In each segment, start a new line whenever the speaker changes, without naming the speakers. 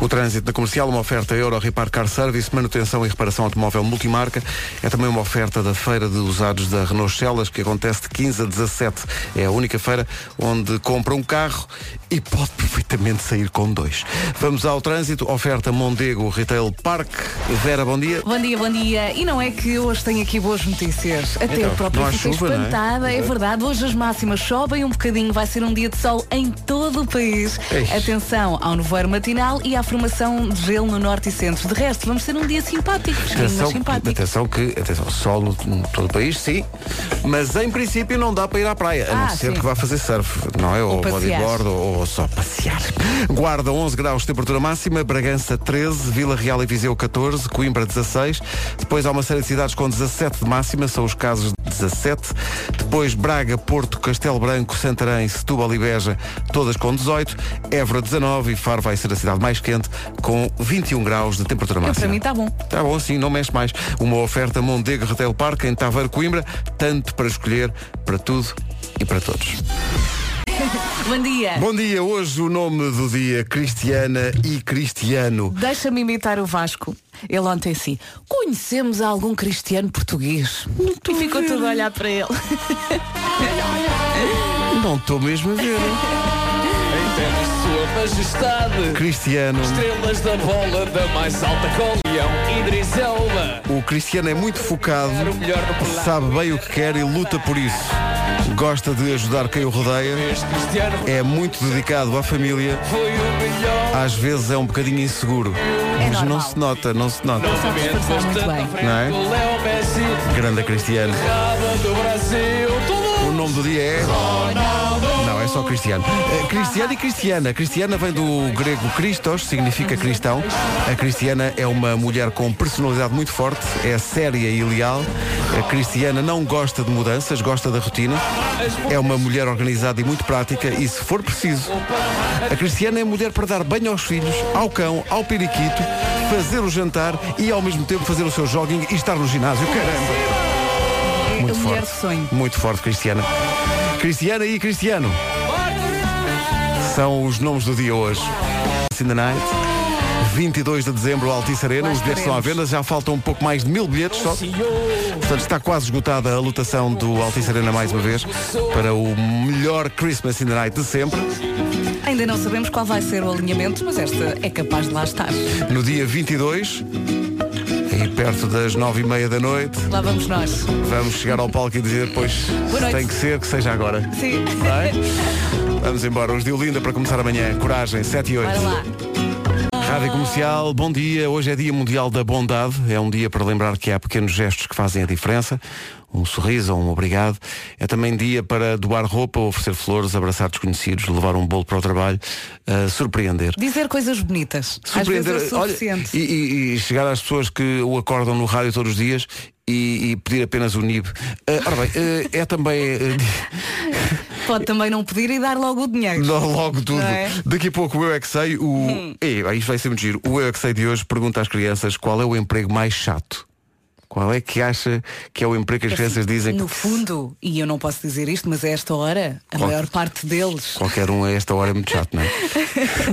O trânsito da comercial, uma oferta Euro Repar Car Service, manutenção e reparação automóvel multimarca. É também uma oferta da feira de usados da Renault Celas, que acontece de 15 a 17. É a única feira onde compra um carro e pode perfeitamente sair com dois. Vamos ao trânsito, oferta Mondego Retail Park. Vera, bom dia.
Bom dia, bom dia. E não é que hoje tenho aqui boas notícias. Até
Então,
eu própria
não há
fiquei
chuva, não é?
espantada. É?
Exato.
verdade, hoje as máximas sobem um bocadinho. Vai ser um dia de sol em todo o país.
Eish.
Atenção ao nevoeiro matinal e à formação de gelo no norte e centro. De resto, vamos ter um dia simpático. fresquinho, mas
Atenção,
simpático.
atenção que, atenção, sol no, no todo o país, sim, mas em princípio não dá para ir à praia, a
Ah,
não ser
sim.
que vá fazer surf, não é? Ou,
passear.
bodyboard, ou, ou só passear. Guarda 11 graus de temperatura máxima, Bragança 13, Vila Real e Viseu 14, Coimbra 16, depois há uma série de cidades com 17 de máxima, são os casos de 17, depois Braga, Porto, Castelo Branco, Santarém, Setúbal e Beja, todas com 18, Évora 19 e Faro vai ser a cidade mais quente, com 21 graus de temperatura
Eu,
máxima.
para mim está bom.
Tá bom, sim, não mexe mais. Uma oferta Mondego Retail Park em Taveiro Coimbra, tanto para escolher, para tudo e para todos.
Bom dia.
Bom dia, hoje o nome do dia, Cristiana e Cristiano.
Deixa-me imitar o Vasco. Ele ontem sim. Conhecemos algum cristiano português. E ficou tudo a olhar para ele.
Não estou mesmo a ver.
Entende sua majestade
Cristiano.
Estrelas da bola da mais alta coleão Idris Elba
O Cristiano é muito focado,
Era o melhor no pelado.
sabe bem o que quer e luta por isso. Gosta de ajudar quem o rodeia,
Este Cristiano
é muito dedicado à família,
foi o melhor
às vezes é um bocadinho inseguro. Mas não
É normal.
se nota, não se nota.
sabe expressar muito
bastante
bem.
à frente
Ah. Não é?
do Léo Messi
Grande Cristiano.
Raba do Brasil
O
Todo
nome do dia é. Não, é só Cristiano. Eh, Cristiano e Cristiana. Cristiana vem do grego Christos, significa cristão. A Cristiana é uma mulher com personalidade muito forte, é séria e leal. A Cristiana não gosta de mudanças, gosta da rotina. É uma mulher organizada e muito prática e, se for preciso, a Cristiana é mulher para dar banho aos filhos, ao cão, ao periquito, fazer o jantar e, ao mesmo tempo, fazer o seu jogging e estar no ginásio. Caramba!
É
Muito
a mulher
forte.
de sonho.
Muito forte, Cristiana. Cristiana e Cristiano. São os nomes do dia hoje. In the night. 22 de dezembro, Altice Arena.
Lá
Os bilhetes estão à venda. Já faltam um pouco mais de mil bilhetes só. Portanto, está quase esgotada a lotação do Altice Arena mais uma vez para o melhor Christmas in the Night de sempre.
Ainda não sabemos qual vai ser o alinhamento, mas esta é capaz de lá estar.
No dia 22, aí perto das 9h30 da noite,
Lá vamos nós.
vamos chegar ao palco e dizer, pois,
Boa noite.
tem que ser que seja agora.
Sim.
Vai? Vamos embora. Os de Olinda para começar amanhã. Coragem, 7 e 8.
Bora lá.
Rádio Comercial, bom dia. Hoje é Dia Mundial da Bondade. É um dia para lembrar que há pequenos gestos que fazem a diferença. Um sorriso ou um obrigado. É também dia para doar roupa, oferecer flores, abraçar desconhecidos, levar um bolo para o trabalho, eh, surpreender.
Dizer coisas bonitas. Às vezes é
olha,
suficiente.
e, e- e chegar às pessoas que o acordam no rádio todos os dias e, e pedir apenas o NIB. Eh, ora bem, eh, é também eh,
Pode também não pedir e dar logo o dinheiro.
Dá logo tudo.
Não é? Hum.
Daqui a pouco o Eu É Que Sei, o... Ei, isto vai ser muito giro. O Eu É Que Sei de hoje pergunta às crianças qual é o emprego mais chato. Qual é que acha que é o emprego que as crianças dizem
assim, No
que
fundo, e eu não posso dizer isto, mas a esta hora, a
Qual-
maior parte deles.
qualquer um a esta hora é muito chato, não é?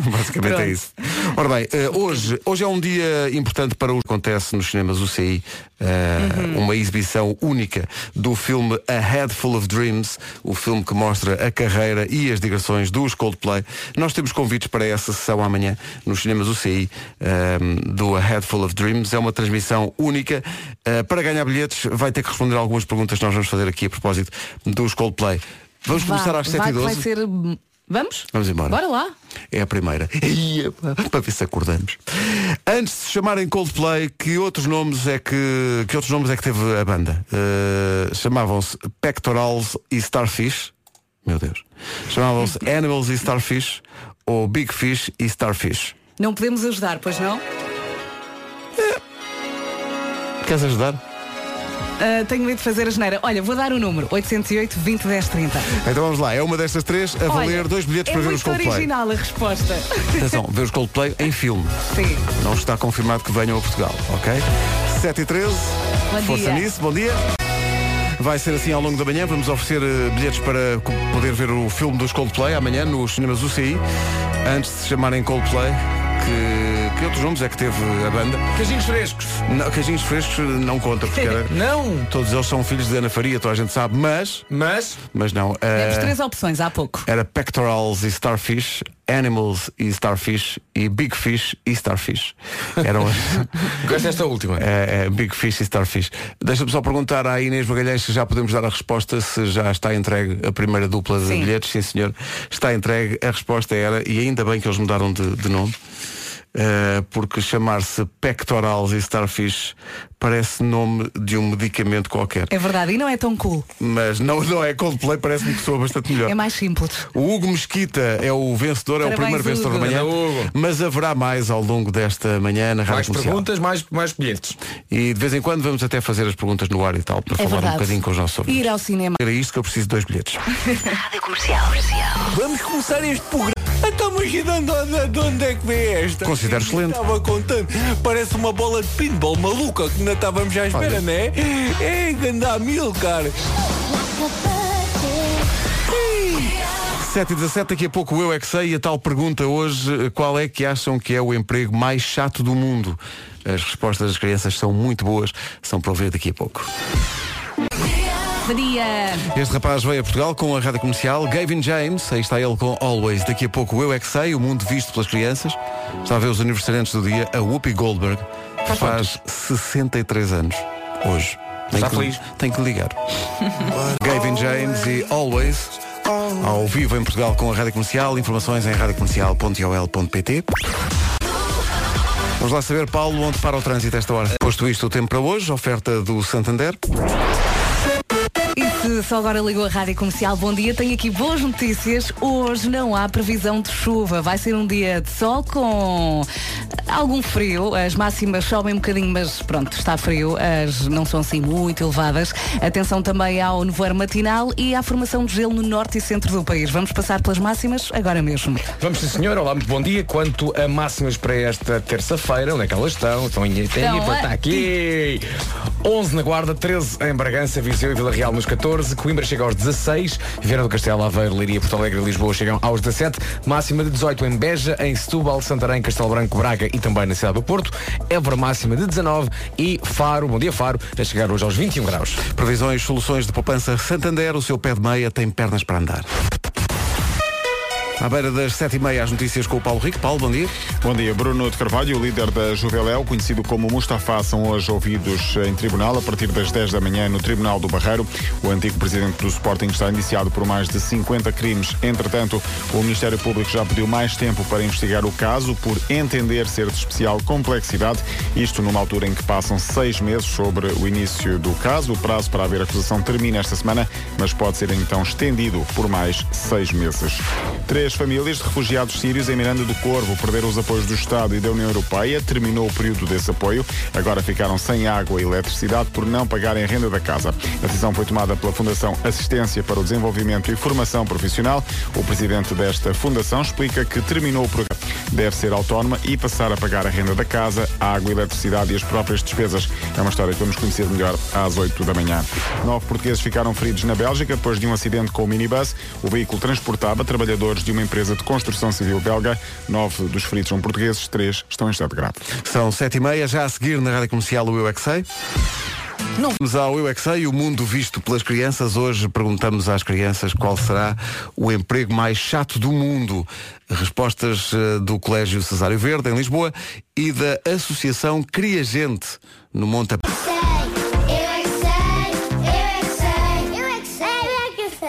Basicamente é
Pronto.
isso. Ora bem, eh, hoje, hoje é um dia importante para o que acontece nos cinemas UCI, eh,
Uhum.
uma exibição única do filme A Head Full of Dreams, o filme que mostra a carreira e as digressões dos Coldplay. Nós temos convites para essa sessão amanhã nos cinemas UCI eh, do A Head Full of Dreams. É uma transmissão única. Eh, para ganhar bilhetes vai ter que responder a algumas perguntas que nós vamos fazer aqui a propósito dos Coldplay. Vamos
Vá,
começar às
vá que vai
7h12.
ser. hum, Vamos?
Vamos embora.
Bora lá.
É a primeira. Ia, pá, Para ver se acordamos. Antes de se chamarem Coldplay, que outros nomes é que, que outros nomes é que teve a banda? Eh, Chamavam-se Pectorals e Starfish. Meu Deus. Chamavam-se Animals e Starfish ou Big Fish e Starfish.
Não podemos ajudar, pois não?
Queres ajudar?
Ah, tenho medo de fazer a geneira. Olha, vou dar o número: 808 20 10 30.
Então vamos lá, é uma destas três a valer
Olha,
dois bilhetes
é
para ver
muito
os Coldplay.
original a resposta.
Atenção, ver os Coldplay em filme.
Sim.
Não está confirmado que venham a Portugal, ok? 7 e 13,
Bom
força
dia.
nisso, bom dia. Vai ser assim ao longo da manhã, vamos oferecer eh, bilhetes para co- poder ver o filme dos Coldplay amanhã nos cinemas UCI, antes de se chamarem Coldplay, que que outros nomes é que teve a banda?
Queijinhos frescos.
Não, queijinhos frescos eh, não conta, porque era-
Não,
todos eles são filhos de Ana Faria, toda a gente sabe, mas.
mas
Mas não. eh,
Temos três opções há pouco.
era Pectorals e Starfish, Animals e Starfish e Big Fish e Starfish. Eram as-
gosto desta última.
É, é, Big Fish e Starfish. Deixa-me só perguntar à Inês Magalhães se já podemos dar a resposta, se já está entregue a primeira dupla de
Sim.
bilhetes. Sim, senhor. Está entregue. A resposta era, e ainda bem que eles mudaram de, de nome, eh, porque chamar-se Pectorals e Starfish parece nome de um medicamento qualquer.
É verdade, e não é tão cool.
Mas não, não é Coldplay, parece-me que soa bastante melhor.
É mais simples.
O Hugo Mesquita é o vencedor, é o
Parabéns,
primeiro vencedor da
Hugo.
manhã.
Parabéns, Hugo.
Mas haverá mais ao longo desta manhã na Rádio
Mais
Comercial.
perguntas, mais, mais bilhetes.
E de vez em quando vamos até fazer as perguntas no ar e tal, para
É
falar um
verdade.
bocadinho com os nossos ouvintes.
Ir ao cinema.
Era isto que eu preciso de dois bilhetes.
Rádio Comercial.
Vamos começar este programa. Estamos girando onde, de onde é que vem esta? é
Considero excelente.
Estava contando. Parece uma bola de pinball maluca que ainda estávamos à espera,
Olha.
não é? É, ganda mil, cara.
7 e 17, daqui a pouco o Eu É Que Sei e a tal pergunta hoje, eh, qual é que acham que é o emprego mais chato do mundo? As respostas das crianças são muito boas, são para ouvir daqui a pouco.
Maria!
Este rapaz veio a Portugal com a rádio comercial Gavin James, aí está ele com Always. Daqui a pouco o Eu É Que Sei, o mundo visto pelas crianças. Está a ver os aniversariantes do dia, a Whoopi Goldberg, que faz 63 anos hoje. Tem
Está
que,
feliz?
Tem que ligar. Gavin James e Always, ao vivo em Portugal com a rádio comercial. Informações em radiocomercial.ol.pt. Vamos lá saber, Paulo, onde para o trânsito a esta hora. Posto isto, o tempo para hoje, oferta do Santander.
E se só agora ligou a Rádio Comercial, bom dia. Tenho aqui boas notícias. Hoje não há previsão de chuva. Vai ser um dia de sol com algum frio. As máximas sobem um bocadinho, mas pronto, está frio. As não são assim muito elevadas. Atenção também ao nevoeiro matinal e à formação de gelo no norte e centro do país. Vamos passar pelas máximas agora mesmo.
Vamos sim senhor, olá, muito bom dia. Quanto a máximas para esta terça-feira, onde é que elas estão? Estão em
Estão
Itanha, está aqui. 11 na Guarda, 13 em Bragança, Viseu e Vila Real nos 14, Coimbra chega aos 16, Vieira do Castelo, Aveiro, Leiria, Porto Alegre e Lisboa chegam aos 17, máxima de 18 em Beja, em Setúbal, Santarém, Castelo Branco, Braga e também na cidade do Porto, Évora máxima de 19 e Faro, bom dia Faro, a chegar hoje aos 21 graus.
Previsões, soluções de poupança Santander, o seu pé de meia tem pernas para andar. À beira das sete e meia, as notícias com o Paulo Rico. Paulo, bom dia.
Bom dia, Bruno de Carvalho, o líder da Juveléu, conhecido como Mustafa, são hoje ouvidos em tribunal a partir das 10 da manhã no Tribunal do Barreiro. O antigo presidente do Sporting está indiciado por mais de 50 crimes. Entretanto, o Ministério Público já pediu mais tempo para investigar o caso por entender ser de especial complexidade. Isto numa altura em que passam seis meses sobre o início do caso. O prazo para haver acusação termina esta semana, mas pode ser então estendido por mais seis meses. Três famílias de refugiados sírios em Miranda do Corvo perderam os apoios do Estado e da União Europeia. Terminou o período desse apoio. Agora ficaram sem água e eletricidade por não pagarem a renda da casa. A decisão foi tomada pela Fundação Assistência para o Desenvolvimento e Formação Profissional. O presidente desta fundação explica que terminou o programa. Deve ser autónoma e passar a pagar a renda da casa, a água, a eletricidade e as próprias despesas. É uma história que vamos conhecer melhor às 8 da manhã. Nove portugueses ficaram feridos na Bélgica depois de um acidente com o minibus. O veículo transportava trabalhadores de uma empresa de construção civil belga. Nove dos feridos são portugueses, três estão em estado grave.
São sete e meia, já a seguir na Rádio Comercial o Eu É Que Sei. Não vamos ao Eu É Que Sei, o mundo visto pelas crianças. Hoje perguntamos às crianças qual será o emprego mais chato do mundo. Respostas eh, do Colégio Cesário Verde, em Lisboa, e da Associação Cria Gente, no Monte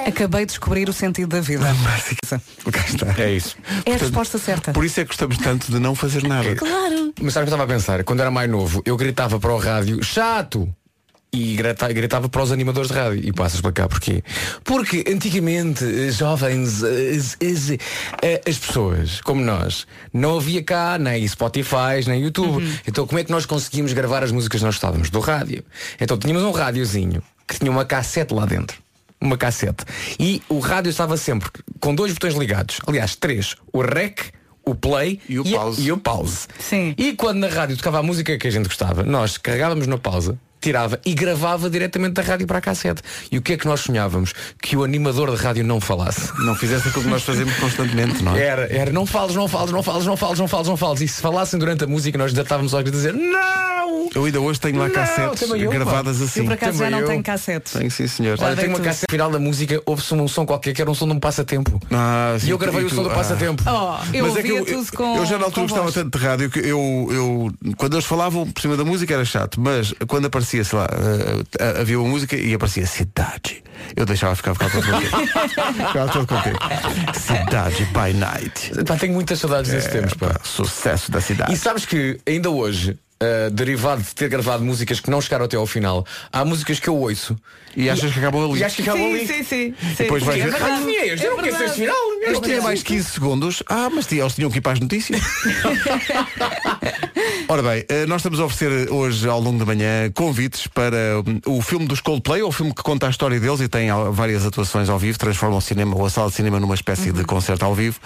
Acabei de descobrir o sentido da vida.
Cá está.
É isso.
É a resposta certa.
Por isso é que gostamos tanto de não fazer nada.
Claro.
Mas sabe o que eu estava a pensar? Quando era mais novo, eu gritava para o rádio, chato! E grita- gritava para os animadores de rádio. E passas para cá porquê? Porque antigamente, eh, jovens, eh, as- as- eh, as pessoas, como nós, não havia cá nem Spotify, nem YouTube.
Uhum.
Então como é que nós conseguimos gravar as músicas que nós gostávamos? Do rádio. Então tínhamos um rádiozinho que tinha uma cassete lá dentro. Uma cassete. E o rádio estava sempre com dois botões ligados. Aliás, três. O rec, o play
E o pause.
e o pause.
Sim.
E quando na rádio tocava a música que a gente gostava, nós carregávamos na pausa, tirava e gravava diretamente da rádio para a cassete. E o que é que nós sonhávamos? Que o animador da rádio não falasse.
Não fizesse aquilo que nós fazemos constantemente, não é?
Era, era, não fales, não fales, não fales, não fales, não fales, não fales. E se falassem durante a música, nós já estávamos aos gritos a dizer não!
Eu ainda hoje tenho lá
Não,
cassetes
também eu, pá.
gravadas assim.
eu por acaso já
também
não
eu.
tenho cassete.
Tenho sim, senhor.
Olha, tem
vem
uma
tudo.
cassete final da música, ouve-se um som qualquer, que era um som de um passatempo.
Ah, sim,
e eu gravei
e
o
tu-
som do
ah.
passatempo.
Oh, eu
Mas é que
ouvia
eu,
tudo com.
eu já na altura
com
gostava
voz.
tanto de rádio que eu, eu quando eles falavam por cima da música era chato, mas quando aparecia, sei lá, ah, ah, havia uma música e aparecia cidade. Eu deixava ficar ficava todo contente. ficava todo contente. Cidade by night.
Pá, tenho muitas saudades desses tempos, pá.
É, Pá, Sucesso da cidade.
E sabes que ainda hoje, uh, derivado de ter gravado músicas que não chegaram até ao final, há músicas que eu ouço
E achas que acabou ali?
e acho que acabam
Sim,
ali.
sim, sim. sim.
depois vais
É
ver-
verdade, tinha este, eu não quero ser este final. eu não
Mas
quero
tinha mais 15 segundos. Ah, mas tinha- eles tinham que ir para as notícias. Ora bem, eh, nós estamos a oferecer hoje, ao longo da manhã, convites para hum, o filme dos Coldplay, ou o filme que conta a história deles e tem ah, várias atuações ao vivo, transforma o cinema ou a sala de cinema numa espécie de concerto ao vivo.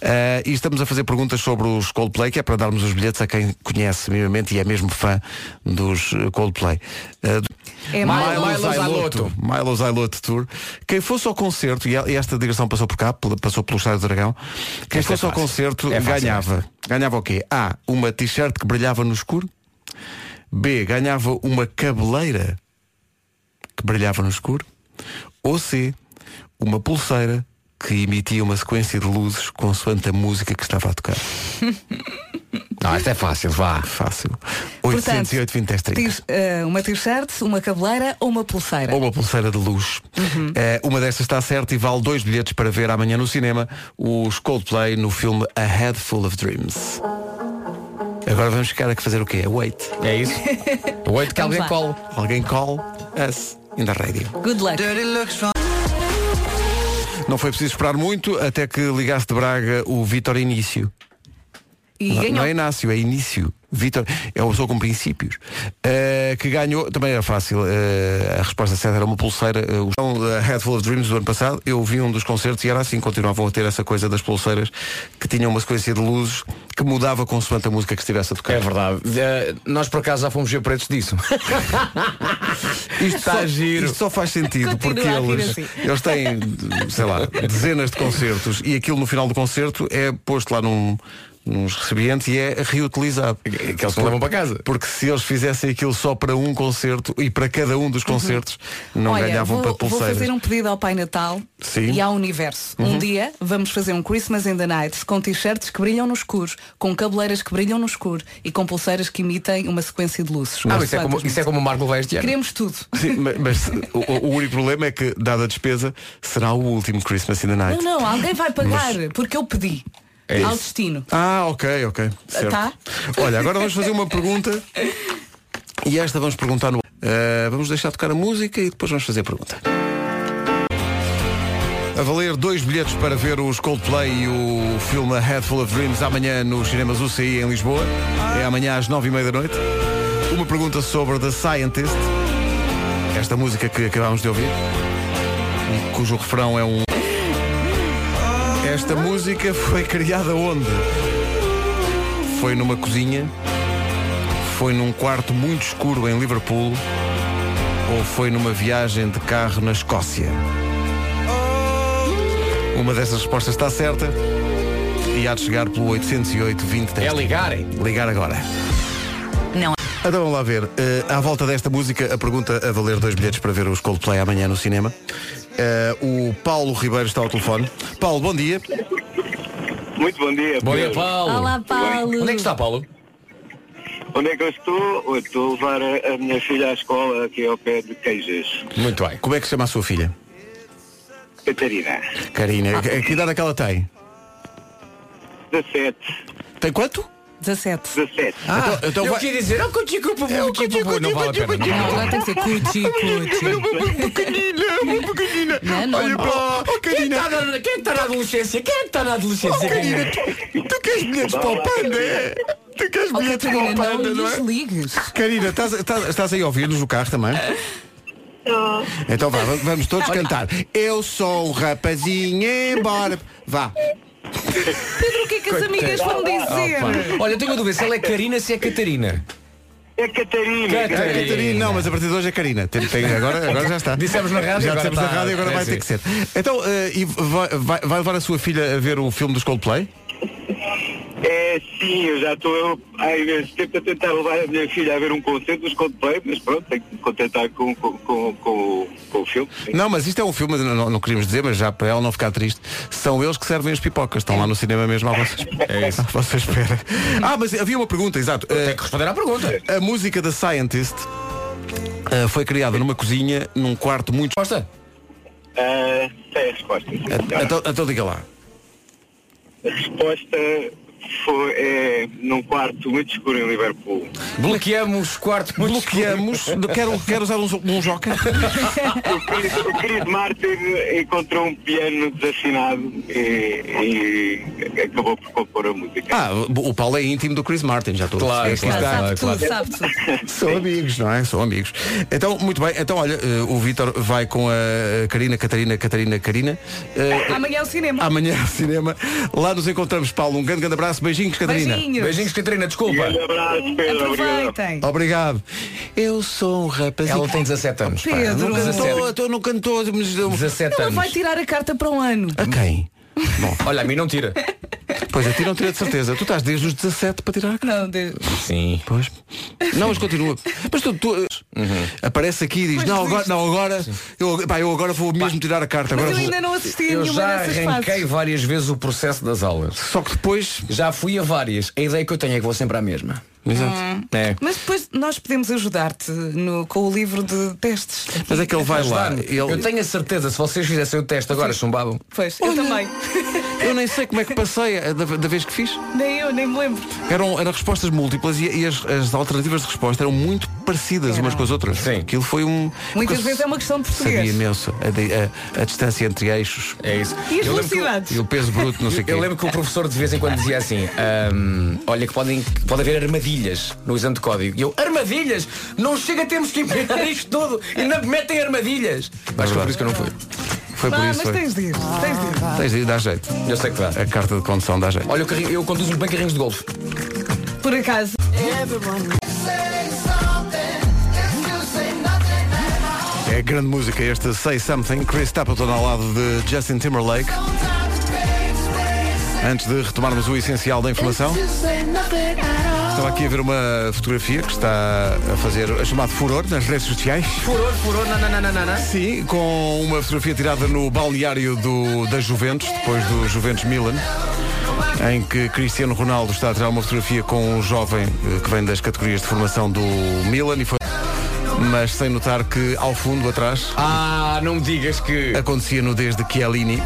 Eh, e estamos a fazer perguntas sobre os Coldplay, que é para darmos os bilhetes a quem conhece minimamente e é mesmo fã dos eh, Coldplay. Eh,
É
Milo
Milo
Milo
Zailoto.
Zailoto.
Milo Zailoto Tour. Quem fosse ao concerto, e e esta digressão passou por cá, pela- passou pelo Estádio do Dragão, quem
Esta é
fosse ao
fácil.
concerto
É fácil
ganhava. Ganhava o quê? A. Uma t-shirt que brilhava no escuro. B. Ganhava uma cabeleira que brilhava no escuro. Ou C. Uma pulseira que emitia uma sequência de luzes consoante a música que estava a tocar.
Não, isto é fácil, vá.
Fácil.
Portanto,
808 20 10 30.
tis- eh, uma t-shirt, uma cabeleira ou uma pulseira.
Ou uma pulseira de luz. Eh, uma destas está certa e vale dois bilhetes para ver amanhã no cinema os Coldplay no filme A Head Full of Dreams. Agora vamos ficar a fazer o quê? Wait.
É isso? Oito que
Vamos
alguém
lá.
colo.
Alguém call us in the radio.
Good luck.
Não foi preciso esperar muito até que ligasse de Braga o Vitor Início.
E
Não-
ganhou.
Não é Inácio, é Início. Vitor é uma pessoa com princípios. eh, que ganhou, também era fácil, eh, a resposta certa era uma pulseira. eh, o chão da Head Full of Dreams do ano passado, eu vi um dos concertos e era assim, continuavam a ter essa coisa das pulseiras que tinham uma sequência de luzes que mudava consoante a música que estivesse a tocar.
É verdade. Eh, nós por acaso já fomos ver pretos disso.
Isto,
Está
só,
giro.
isto só faz sentido
Continua
porque
a rir
eles,
assim.
eles têm, de- sei lá, dezenas de concertos e aquilo no final do concerto é posto lá num, nos recipientes e é reutilizado.
Que eles não levam para casa.
Porque se eles fizessem aquilo só para um concerto e para cada um dos concertos, não
Uhum. Olha,
ganhavam
vou,
para
vou
pulseiras.
fazer um pedido ao Pai Natal
Sim.
e ao Universo. Um dia vamos fazer um Christmas in the Night com t-shirts que brilham no escuro, com cabeleiras que brilham no escuro e com pulseiras que imitem uma sequência de luzes.
Ah, mas
Quantas
isso é como,
músicas?
isso é como o Marco vai este ano.
Queremos tudo.
Sim, ma- mas o, o único problema é que, dada a despesa, será o último Christmas in the Night.
Não, não, alguém vai pagar porque eu pedi ao destino.
Ah, ok, ok. Certo.
Tá.
Olha, agora vamos fazer uma pergunta. E esta vamos perguntar no. Eh, vamos deixar tocar a música e depois vamos fazer a pergunta. A valer dois bilhetes para ver os Coldplay e o filme A Head Full of Dreams amanhã nos cinemas UCI em Lisboa. É amanhã às nove e meia da noite. Uma pergunta sobre The Scientist. Esta música que acabámos de ouvir. e Cujo refrão é um. Esta música foi criada onde? Foi numa cozinha? Foi num quarto muito escuro em Liverpool? Ou foi numa viagem de carro na Escócia? Uma dessas respostas está certa e há de chegar pelo 808 20 10.
É ligarem.
Ligar agora.
Não.
Então vamos lá ver. Eh, à volta desta música, a pergunta a valer dois bilhetes para ver os Coldplay amanhã no cinema. Eh, o Paulo Ribeiro está ao telefone. Paulo, bom dia.
Muito bom dia.
Bom dia,
Pedro.
Paulo.
Olá Paulo.
Onde é que está, Paulo?
Onde é que eu estou? Eu estou a levar a, a minha filha à escola, aqui ao pé de Queijas.
Muito bem.
Como é que se chama a sua filha?
Catarina,
Ah.
Karina. Que que idade é que ela tem?
17.
Tem quanto?
17.
17.
Ah, então, então
eu
vai-
queria dizer, oh, contigo, por favor, contigo, por favor. não vale a pena.
Não,
não vale a
agora
pena.
tem que ser cuti, cuti. Não, não,
Olha,
não.
Paulo, oh,
Quem
Karina,
está na, quem é que está na adolescência? Quem é que está na
oh,
adolescência?
Karina, tu, tu queres bilhetes para o panda? é? Tu queres
Oh,
bilhetes para
Catarina,
o panda,
não
não
nos
é?
ligues.
Karina, estás, estás, estás aí a ouvir-nos no carro também? Então vá, va- vamos todos cantar. Eu sou um rapazinho, embora. Vá.
Pedro, o que é que as amigas vão dizer?
Olha, eu tenho uma dúvida, se ela é Karina, se é Catarina.
É Catarina.
É
Catarina.
Catarina, não, mas a partir de hoje é Karina. Tem- tem- agora, agora já está.
Dissemos na rádio,
Já
agora
dissemos na
está-
rádio, agora
é
vai
assim.
ter que ser. Então, eh, e vai, vai- vai levar a sua filha a ver o filme dos Coldplay?
É sim, eu já estou eu, há imenso tempo a tentar levar a minha filha a ver um concerto dos Coldplay, mas pronto, tenho que me contentar com, com, com, com, com o filme.
Hum.
sim.
Não, mas isto é um filme, não, não queríamos dizer, mas já para ela não ficar triste, são eles que servem as pipocas. Estão lá no cinema mesmo à vossa, é isso. À vossa espera. Ah, mas havia uma pergunta, exato. Eh,
Tem que responder à pergunta.
a música da Scientist eh, foi criada numa cozinha, num quarto muito.
Resposta?
Ah, é a resposta. sim, senhora.
Então, então diga lá.
A resposta foi é, num quarto muito escuro em Liverpool.
Bloqueamos quarto muito
Bloqueamos. Quero, quero usar um, jo- um joker.
O Chris, o Chris Martin encontrou um piano desafinado e, e acabou por compor a música.
Ah, o Paulo é íntimo do Chris Martin, já estou a
Claro,
perceber que
claro.
isto
sabe
claro,
tudo, sabe tudo.
São amigos, não é? São amigos. Então, muito bem. Então, olha, eh, o Vítor vai com a Karina, Catarina, Catarina, Karina. Eh,
Amanhã é o cinema.
amanhã ao cinema. Lá nos encontramos, Paulo. Um grande, grande abraço. Beijinhos, Catarina.
Beijinhos.
Beijinhos, Catarina, desculpa.
Um Grande abraço, Pedro. Obrigado.
Aproveitem.
Obrigado. Eu sou um rapazinho.
Ela tem 17 anos. pá.
Pedro.
Não cantou, então não cantou. Mas...
17
Ela vai
anos.
tirar a carta para um ano.
A quem?
Olha, a mim não tira.
Pois a ti não tira de certeza. Tu estás desde os 17 para tirar.
Não, Deus.
Sim.
Pois. Não, mas continua. Mas tu, tu-
Uhum.
aparece aqui e diz, não agora, não, agora, eu, pá, eu agora vou mesmo tirar a carta.
Mas
Agora
eu
vou.
ainda não assisti a
Eu
nenhuma
já
dessas
arranquei
fases.
várias vezes o processo das aulas.
Só que depois.
Já fui a várias. A ideia que eu tenho é que vou sempre à mesma.
Exato.
É.
Mas depois nós podemos ajudar-te no- com o livro de testes.
Mas é que ele vai lá.
Claro,
Ele...
Eu tenho a certeza, se vocês fizessem o teste agora, chumbavam.
Pois, eu também.
Eu nem sei como é que passei eh, da, da vez que fiz.
Nem eu, nem me lembro.
Eram, eram respostas múltiplas e, e as, as alternativas de resposta eram muito parecidas umas com as outras.
Sim.
Aquilo foi um.
Muitas
porque eu
vezes é uma questão de português.
Sabia imenso a, de- a- a distância entre eixos
É isso.
E as
Eu lembro que-
velocidades?
e o peso bruto, não sei o quê.
Eu lembro que o professor de vez em quando dizia assim "Ahm, Olha que podem, que pode haver armadilhas no exame de código E eu, armadilhas? Não chega, temos que inventar isto tudo E não metem armadilhas Acho que foi por isso que eu não fui
Foi por
Ah,
isso.
mas
Foi.
tens de ir. Tens de ir.
Tens de ir, dá jeito.
Eu sei que dá
A carta de condução dá jeito.
Olha, eu, carrinho, eu conduzo bem carrinhos de golfe
Por acaso.
É grande música esta Say Something, Chris Stapleton ao lado de Justin Timberlake. Antes de retomarmos o essencial da informação, estava aqui a ver uma fotografia que está a fazer a chamado furor nas redes sociais.
Furou, furou, nananana
Sim, com uma fotografia tirada no balneário do, da Juventus, depois do Juventus Milan, em que Cristiano Ronaldo está a tirar uma fotografia com um jovem eh, que vem das categorias de formação do Milan e foi. Mas sem notar que ao fundo atrás
Ah, não me digas que
acontecia nudez de Chiellini,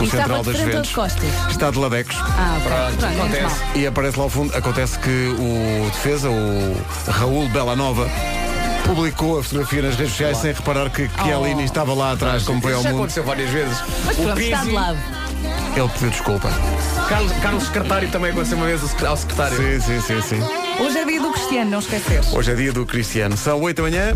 o
E
central
estava
das
de frente ao de
Juventus.
costas.
Está de Ladecos
Ah, pronto,
Pronto,
pronto, menos
acontece.
mal.
e aparece lá ao fundo. Acontece que o defesa, o Raul Bellanova, publicou a fotografia nas redes sociais sem reparar que Chiellini estava lá atrás, como foi ao
Isso já
mundo.
aconteceu várias vezes
Mas
O
pronto, está de
Pizzi-
lado.
Ele pediu desculpa.
Carlos, Carlos Secretário também aconteceu uma vez ao secre- ao secretário
Sim, sim, sim, sim.
Hoje é dia do Cristiano, não esquecer.
Hoje é dia do Cristiano. São 8 da manhã.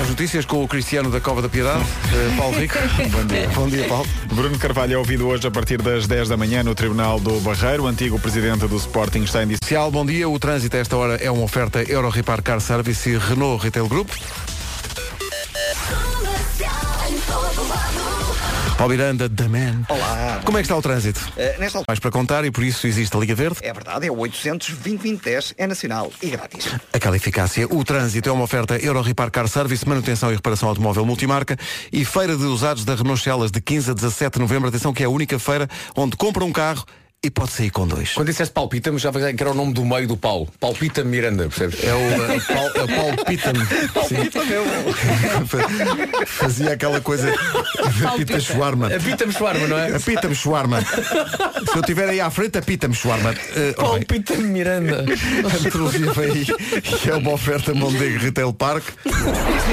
As notícias com o Cristiano da Cova da Piedade, eh, Paulo Rico. Bom dia. Bom dia, Paulo.
Bruno Carvalho é ouvido hoje a partir das 10 da manhã no Tribunal do Barreiro. O antigo presidente do Sporting está em dis-
Comercial, bom dia. O trânsito a esta hora é uma oferta Euro Repar Car Service e Renault Retail Group. Paulo Miranda, The Man.
Olá.
Como é que está o trânsito?
Eh, nesta altura,
Mais para contar e por isso existe a Liga Verde.
é verdade, é o 800 é nacional e grátis.
Aquela eficácia. O trânsito é uma oferta Euro Repar Car Service, manutenção e reparação automóvel multimarca e feira de usados da Renault Celas de 15 a 17 de novembro. Atenção que é a única feira onde compra um carro e pode sair com dois.
Quando disseste palpita-me, já pensei que era o nome do meio do Paulo Palpita Miranda, percebes?
É o, eh, Paul- é o Paulo Pittman. Sim. Fazia aquela coisa de pita shawarma.
Apita-me Schwarma, não é?
Apita-me shawarma. Se eu estiver aí à frente, apita-me shawarma. Eh, ora bem,
Palpita-me Miranda
a meteorologia vem aí e é uma oferta Mondego Retail Park.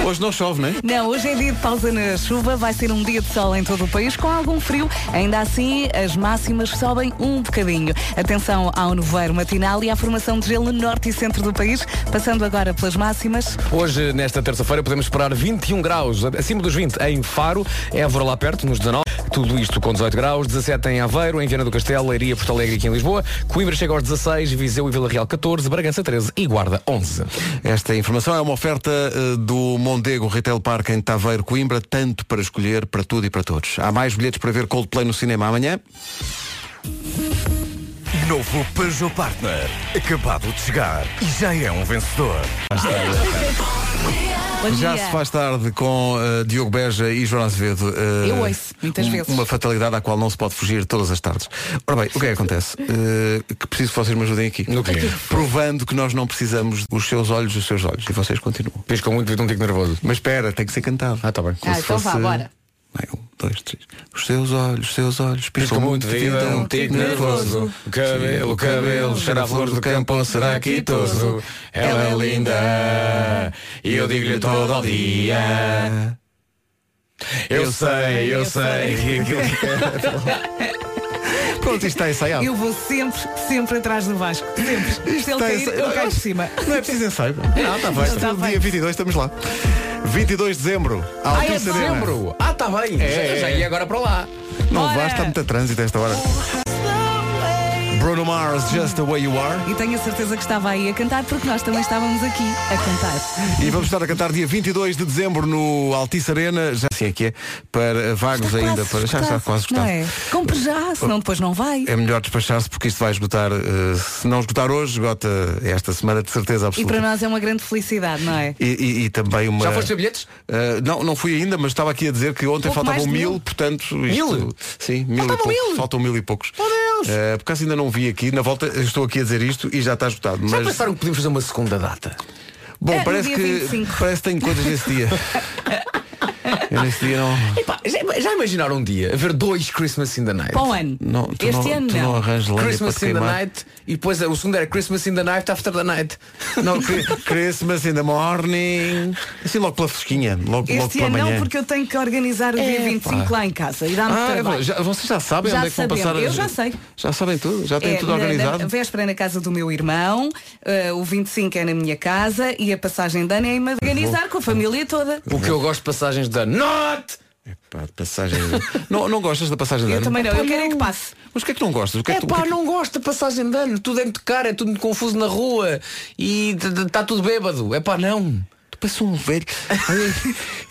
Hoje não chove, não é?
Não, hoje é dia de pausa na chuva, vai ser um dia de sol em todo o país com algum frio. Ainda assim, as máximas sobem um bocadinho. Atenção ao nevoeiro matinal e à formação de gelo no norte e centro do país. Passando agora pelas máximas,
Hoje, nesta terça-feira, podemos esperar 21 graus, acima dos 20, em Faro, Évora lá perto, nos 19, Tudo isto com 18 graus, 17 em Aveiro, em Viana do Castelo, Leiria, Porto Alegre e aqui em Lisboa. Coimbra chega aos 16, Viseu e Vila Real 14, Bragança 13 e Guarda 11.
Esta informação é uma oferta eh, do Mondego Retail Park em Taveiro, Coimbra, tanto para escolher, para tudo e para todos. Há mais bilhetes para ver Coldplay no cinema amanhã.
Novo Peugeot Partner. Acabado de chegar e já é um vencedor.
Bom
Já
dia.
se faz tarde com eh, Diogo Beja e João Azevedo. eh,
Eu ouço, muitas
um-
vezes.
Uma fatalidade à qual não se pode fugir todas as tardes. Ora bem, o que é que acontece? Eh, que preciso que vocês me ajudem aqui.
No quê?
Provando que nós não precisamos dos seus olhos, dos seus olhos. E vocês continuam.
Piscam muito, fico um tico nervoso.
Mas espera, tem que ser cantado.
Ah, tá bem.
Como
Ah,
se
então vá, bora.
Bem, um, dois, três. Os seus olhos, os seus olhos, piscam muito, vida, um tico nervoso.
O cabelo, o cabelo, cheira a flor do campo, ou será quitoso. Ela é linda, e eu digo-lhe todo ao dia. Eu sei, eu sei.
Pronto, isto está ensaiado.
Eu vou sempre, sempre atrás do Vasco. Sempre. Se ele
Está
cair,
ensa-
eu caio por cima.
Não é preciso ensaio.
tá
Não, está bem.
Está
Dia
bem.
22 estamos lá. 22 de dezembro.
Ah,
Altice
é
Arena.
dezembro. Ah, tá bem. Já, já ia agora para lá.
Não
Bora.
basta está muito trânsito a esta hora. Bruno Mars, Just the Way You Are.
E tenho a certeza que estava aí a cantar porque nós também estávamos aqui a cantar.
E vamos estar a cantar dia 22 de dezembro no Altice Arena, já sei que é, para vagos
Está
ainda.
quase
Para, já está
esgotado,
quase esgotado.
Não é? Compre já, senão depois não vai.
É melhor despachar-se porque isto vai esgotar. eh, se não esgotar hoje, esgota esta semana de certeza
E
absoluta.
para nós é uma grande felicidade, não é?
E, e- e também uma.
Já foste a bilhetes?
Eh, não, não fui ainda, mas estava aqui a dizer que ontem
Pouco
faltavam
mais de
mil,
mil.
portanto. Isto,
Mil?
Sim, mil e
Faltavam
poucos.
mil?
Faltam mil e poucos.
Meu Deus!
Eh, por acaso ainda não vi aqui, na volta eu estou aqui a dizer isto e já está esgotado.
Já
Mas,
pensaram que podíamos fazer uma segunda data?
bom,
É, no
parece
dia
que
25.
parece que tenho coisas nesse dia. eu nesse dia não.
Epá,
é,
já, já imaginaram um dia haver dois Christmas in the Night?
Para o ano.
não tu
este
não,
ano
tu não
não.
arranjas lenha para
Christmas
te
in the
queimar.
Night e depois o segundo era Christmas in the Night after the night.
Não, cri- Christmas in the morning. Assim logo pela fresquinha, logo, logo
Este
pela
ano não,
manhã.
porque eu tenho que organizar o dia 25 lá em casa e dá-me
Ah, é
trabalho.
bom. Já- vocês já sabem
Já
onde é que vão
sabemos.
passar a-
Eu já sei.
Já sabem tudo, já têm
É,
tudo
na-
organizado.
Na, véspera é na casa do meu irmão, eh, o 25 é na minha casa e a passagem de ano é me organizar
Uhum.
com a família toda.
O que eu gosto de passagens da NOT!
Pá, de passagem de ano. não, não gostas da passagem de
Eu
ano?
também não,
Pá,
eu quero é que passe.
Mas o que é que não gostas? O que é,
É
que tu- o que
pá,
é que-
não gosto de passagem de ano, tudo é muito caro, é tudo muito confuso na rua e está tudo bêbado. É pá, não.
Tu parece um velho. Ai,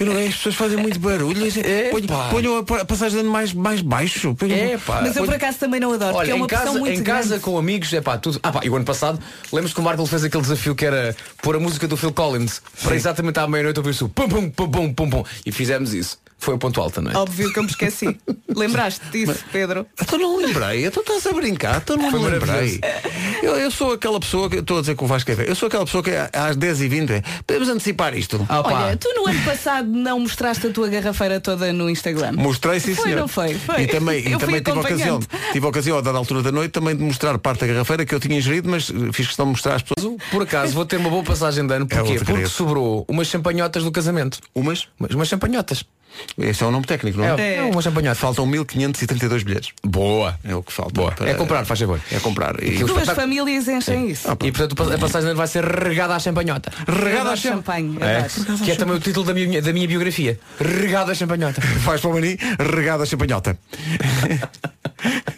Eu não, é, as pessoas fazem muito barulho.
É,
Ponho-
pá.
Ponham a pa- a passagem de ano mais, mais baixo. Ponham-
É pá.
Mas eu por acaso também não adoro, porque
Olha,
é uma
em
pressão
casa,
muito
em casa
grande.
com amigos, é pá, tudo. Ah pá, e o ano passado, lembras que o Marco fez aquele desafio que era pôr a música do Phil Collins para exatamente à meia-noite ouvir-se o pum pum pum pum pum pum e fizemos isso. Foi o ponto alto, não é?
Óbvio que eu me esqueci. Lembraste disso, Pedro?
Então não lembrei, então estás a brincar, então não
Foi
me lembrei.
maravilhoso.
Eu, eu sou aquela pessoa que estou a dizer que o Vasco é velho. Eu sou aquela pessoa que é às 10h20 é, podemos antecipar isto.
Ah, pá.
Olha, tu no ano passado não mostraste a tua garrafeira toda no Instagram.
Mostrei sim,
Foi,
senhor.
não foi? Foi.
E também, e
Eu
também
fui
tive a ocasião,
acompanhante.
tive a ocasião, a dada altura da noite, também de mostrar parte da garrafeira que eu tinha ingerido, mas eh, fiz questão de mostrar às pessoas
Por acaso vou ter uma boa passagem de ano, porquê?
outro
Porque
querido.
sobrou umas champanhotas do casamento.
umas.
Mas umas champanhotas.
Esse é o nome técnico, não é?
É, é uma champanhota.
Faltam 1532 bilhetes.
Boa.
É o que falta.
Boa.
para-
É comprar, faz favor.
É comprar. E...
Aquilo-
Duas
espetáculo-
famílias enchem isso.
E portanto a passagem de ano vai ser regada à champanhota.
Regada
Adoro
a champanhe.
champanhe. adoro.
Que é também o título da minha, da minha biografia. Regada à champanhota.
Vais para o Mani, regada a champanhota.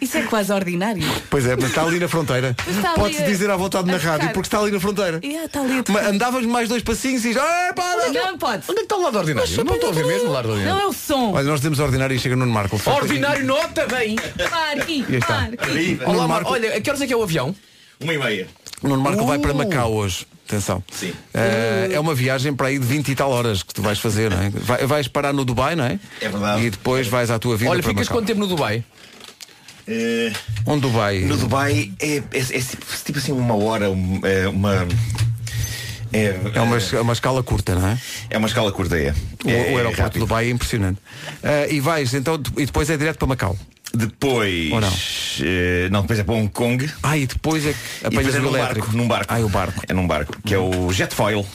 Isso é quase ordinário.
Pois é, mas está ali na fronteira.
Mas está ali
Podes
a-
dizer à vontade na
a
rádio,
tocar.
porque está ali na fronteira.
É, está ali a tocar.
Mas andavas mais dois passinhos e já. "Eh, pá, não."
Não pode.
Onde é que está o lado ordinário? Não estou a ouvir mesmo o lado
Não
ordinário.
é o som.
Olha, nós dizemos ordinário e chega no Marco.
Ordinário nota bem!
Pare,
aí está.
pare.
Nuno
Olá,
Marco,
Marco. Olha, a que horas é que é o avião?
Uma e meia.
Nuno Marco vai para
Uh.
Macau hoje. Atenção.
Sim.
Eh, é uma viagem para aí de 20 e tal horas que tu vais fazer, não é? Vai- vais parar no Dubai, não é?
É verdade.
E depois vais à tua vida.
Olha,
para
ficas
Macau.
quanto tempo no Dubai?
Eh,
Onde Dubai?
no Dubai é, é- é tipo tipo assim uma hora, um- é uma. É,
É uma, é uma escala curta, não é?
é uma escala curta, é.
O, o
É- é
aeroporto de
rápido.
Dubai é impressionante. Ah, e vais, então, de- e depois é direto para Macau.
Depois.
Ou não?
eh, não, depois é para Hong Kong.
Ah, e depois é que
e depois
apanhas
é
o
num
elétrico.
barco, num barco.
Ah, é o barco.
É num barco, que é o Jetfoil.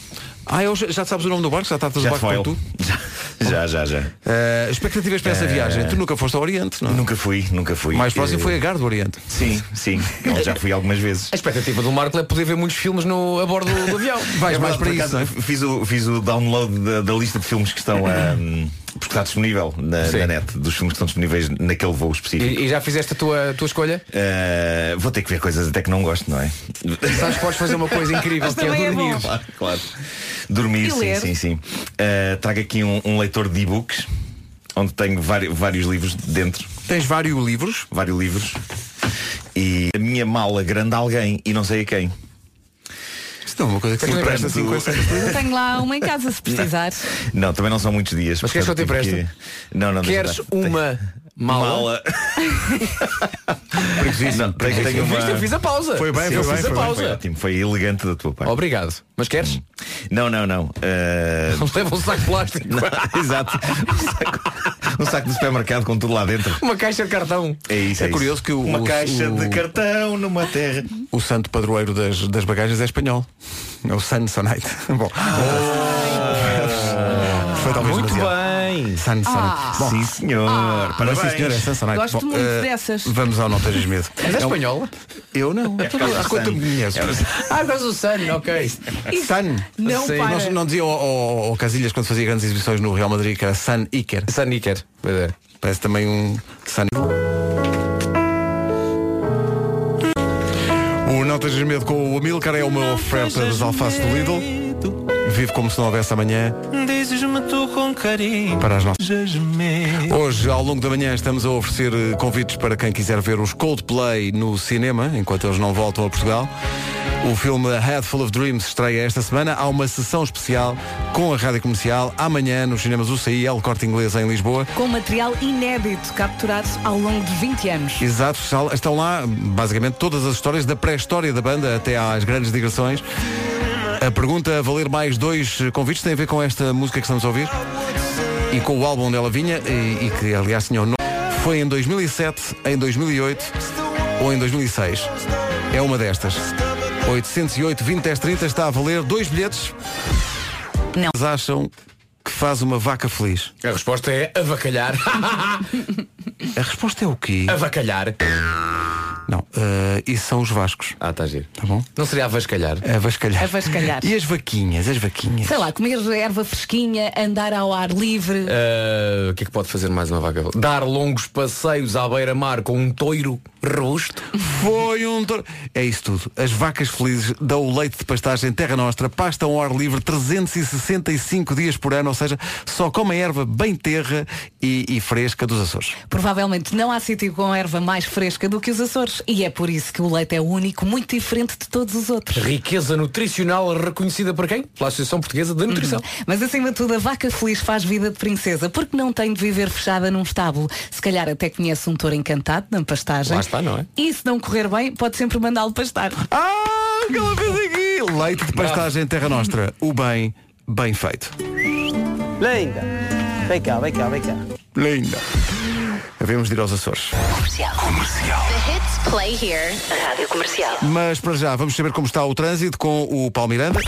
Ah, eu, já já sabes o nome do barco? Já tratas o barco
Jetfoil.
como tu?
Já, já, já.
Ah, expectativas para essa viagem? Tu nunca foste ao Oriente, não? é?
Nunca fui, nunca fui.
Mais próximo
Eh,
foi a Gar do Oriente.
Sim, sim. Eu já fui algumas vezes.
A expectativa do Marco é poder ver muitos filmes no, a bordo do avião.
Vais
É
mais para
verdade, por
isso,
acaso,
não é?
Fiz o, fiz o download da, da lista de filmes que estão a, hum,
porque está disponível na,
Sim.
na net, dos filmes que estão disponíveis naquele voo específico.
E, e já fizeste a tua, a tua escolha?
Eh, vou ter que ver coisas até que não gosto, não é?
Sabes que podes fazer uma coisa incrível, que
Também
é
é bom.
dormir.
claro, claro. Dormir,
E
sim,
ler.
sim, sim. Eh, trago aqui um, um leitor de e-books, onde tenho vari- vários livros dentro.
é? Tens vários livros.
vários livros e a minha mala grande a alguém e não sei a quem.
Isto não é uma coisa que se
Mas não é
empresta assim com essa...
Eu tenho lá uma em casa se precisar.
Não, também não são muitos dias.
Mas queres que eu te
portanto, tive
empreste?
que- Não, não, deixa
Queres
estar. Tenho-
uma mala?
mala? Não, tenho, tenho uma...
Viste, eu fiz a pausa.
Foi bem,
eu
foi bem,
fiz
foi
a
bem,
Foi
pausa.
ótimo, foi elegante da tua parte.
Obrigado. Mas queres?
Não, não, não. Eh,
Leva um saco de plástico.
não, Exato. Um saco, um saco de supermercado com tudo lá dentro.
Uma caixa de cartão.
É isso.
É
isso.
curioso que o-
Uma
o-
caixa
o-
de cartão numa terra.
O santo padroeiro das, das bagagens é espanhol. É o Samsonite. Bom. Foi talvez
Ah. Muito
demasiado.
bem.
Samsonite. Bom,
Sim, senhor.
mas
Parabéns.
sim, senhor, é Samsonite.
Ah. Gosto muito
eh,
dessas.
Vamos ao Não Tejas Medo.
Mas é
um-
espanhola?
Eu não.
por causa
Há
do
quanto
Sun.
me conheces?
Ah, por causa do Sun, ok.
Sun.
Não
Sim.
para.
Nós não diziam ao, ao- ao Casilhas quando fazia grandes exibições no Real Madrid que era Sun Iker.
Sun Nicker. Pois é.
Parece também um Sun. O Não Tejas Medo com o Amilcar é uma oferta dos alfaces do Lidl. Vive como se não houvesse amanhã.
Dizes-me tu com carinho.
Para as nossas.
Jasmine.
Hoje, ao longo da manhã, estamos a oferecer eh, convites para quem quiser ver os Coldplay no cinema, enquanto eles não voltam a Portugal. O filme A Head Full of Dreams estreia esta semana. Há uma sessão especial com a Rádio Comercial amanhã nos cinemas UCI, El Corte Inglês em Lisboa.
Com um material inédito capturado ao longo de 20 anos.
Exato, sal- estão lá basicamente todas as histórias da pré-história da banda até às grandes digressões. A pergunta a valer mais dois eh, convites tem a ver com esta música que estamos a ouvir e com o álbum onde ela vinha e, e que aliás tinha o nome. Foi em 2007, em 2008 ou em 2006. É uma destas. 808 20 10 30 está a valer dois bilhetes.
Não.
Eles acham que faz uma vaca feliz.
A resposta é avacalhar.
A resposta é o quê?
avacalhar.
Não, eh, isso são os vascos,
Ah, está giro.
tá bom?
Não seria avascalhar?
A vascalhar.
A vascalhar.
E as vaquinhas, as vaquinhas.
Sei lá, comer erva fresquinha, andar ao ar livre.
Ah, o que é que pode fazer mais uma vaca? Dar longos passeios à beira-mar com um toiro robusto?
Foi um tor... É isso tudo. As vacas felizes dão o leite de pastagem Terra Nostra, pastam ao ar livre 365 dias por ano, ou seja, só comem erva bem terra e, e fresca dos Açores.
Provavelmente não há sítio com erva mais fresca do que os Açores. E é por isso que o leite é único, muito diferente de todos os outros.
Riqueza nutricional reconhecida por quem? Pela Associação Portuguesa da Nutrição.
Mas acima de tudo, a vaca feliz faz vida de princesa, porque não tem de viver fechada num estábulo. Se calhar até conhece um touro encantado na pastagem.
Lá está, não é?
E se não correr bem, pode sempre mandá-lo pastar.
Ah, o que ela fez aqui! Leite de pastagem Terra Nostra. O bem, bem feito.
Linda. Vem cá, vem cá, vem cá.
Linda. Havemos de ir aos Açores.
The hits play here. Rádio Comercial.
Mas para já, vamos saber como está o trânsito com o Paulo Miranda.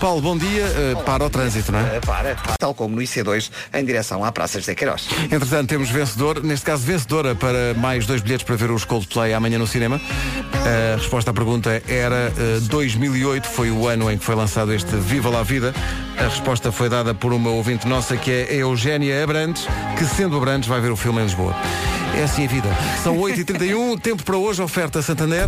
Paulo, bom dia. Eh, para o trânsito, não é?
Para, tal como no IC2, em direção à Praça José Queiroz.
Entretanto, temos vencedor, neste caso vencedora para mais dois bilhetes para ver os Coldplay amanhã no cinema. Eh, A resposta à pergunta era eh, 2008 foi o ano em que foi lançado este Viva lá Vida. A resposta foi dada por uma ouvinte nossa que é Eugénia Abrantes, que sendo Abrantes vai ver o filme em Lisboa. É assim a vida. São 8h31, tempo para hoje, oferta Santander.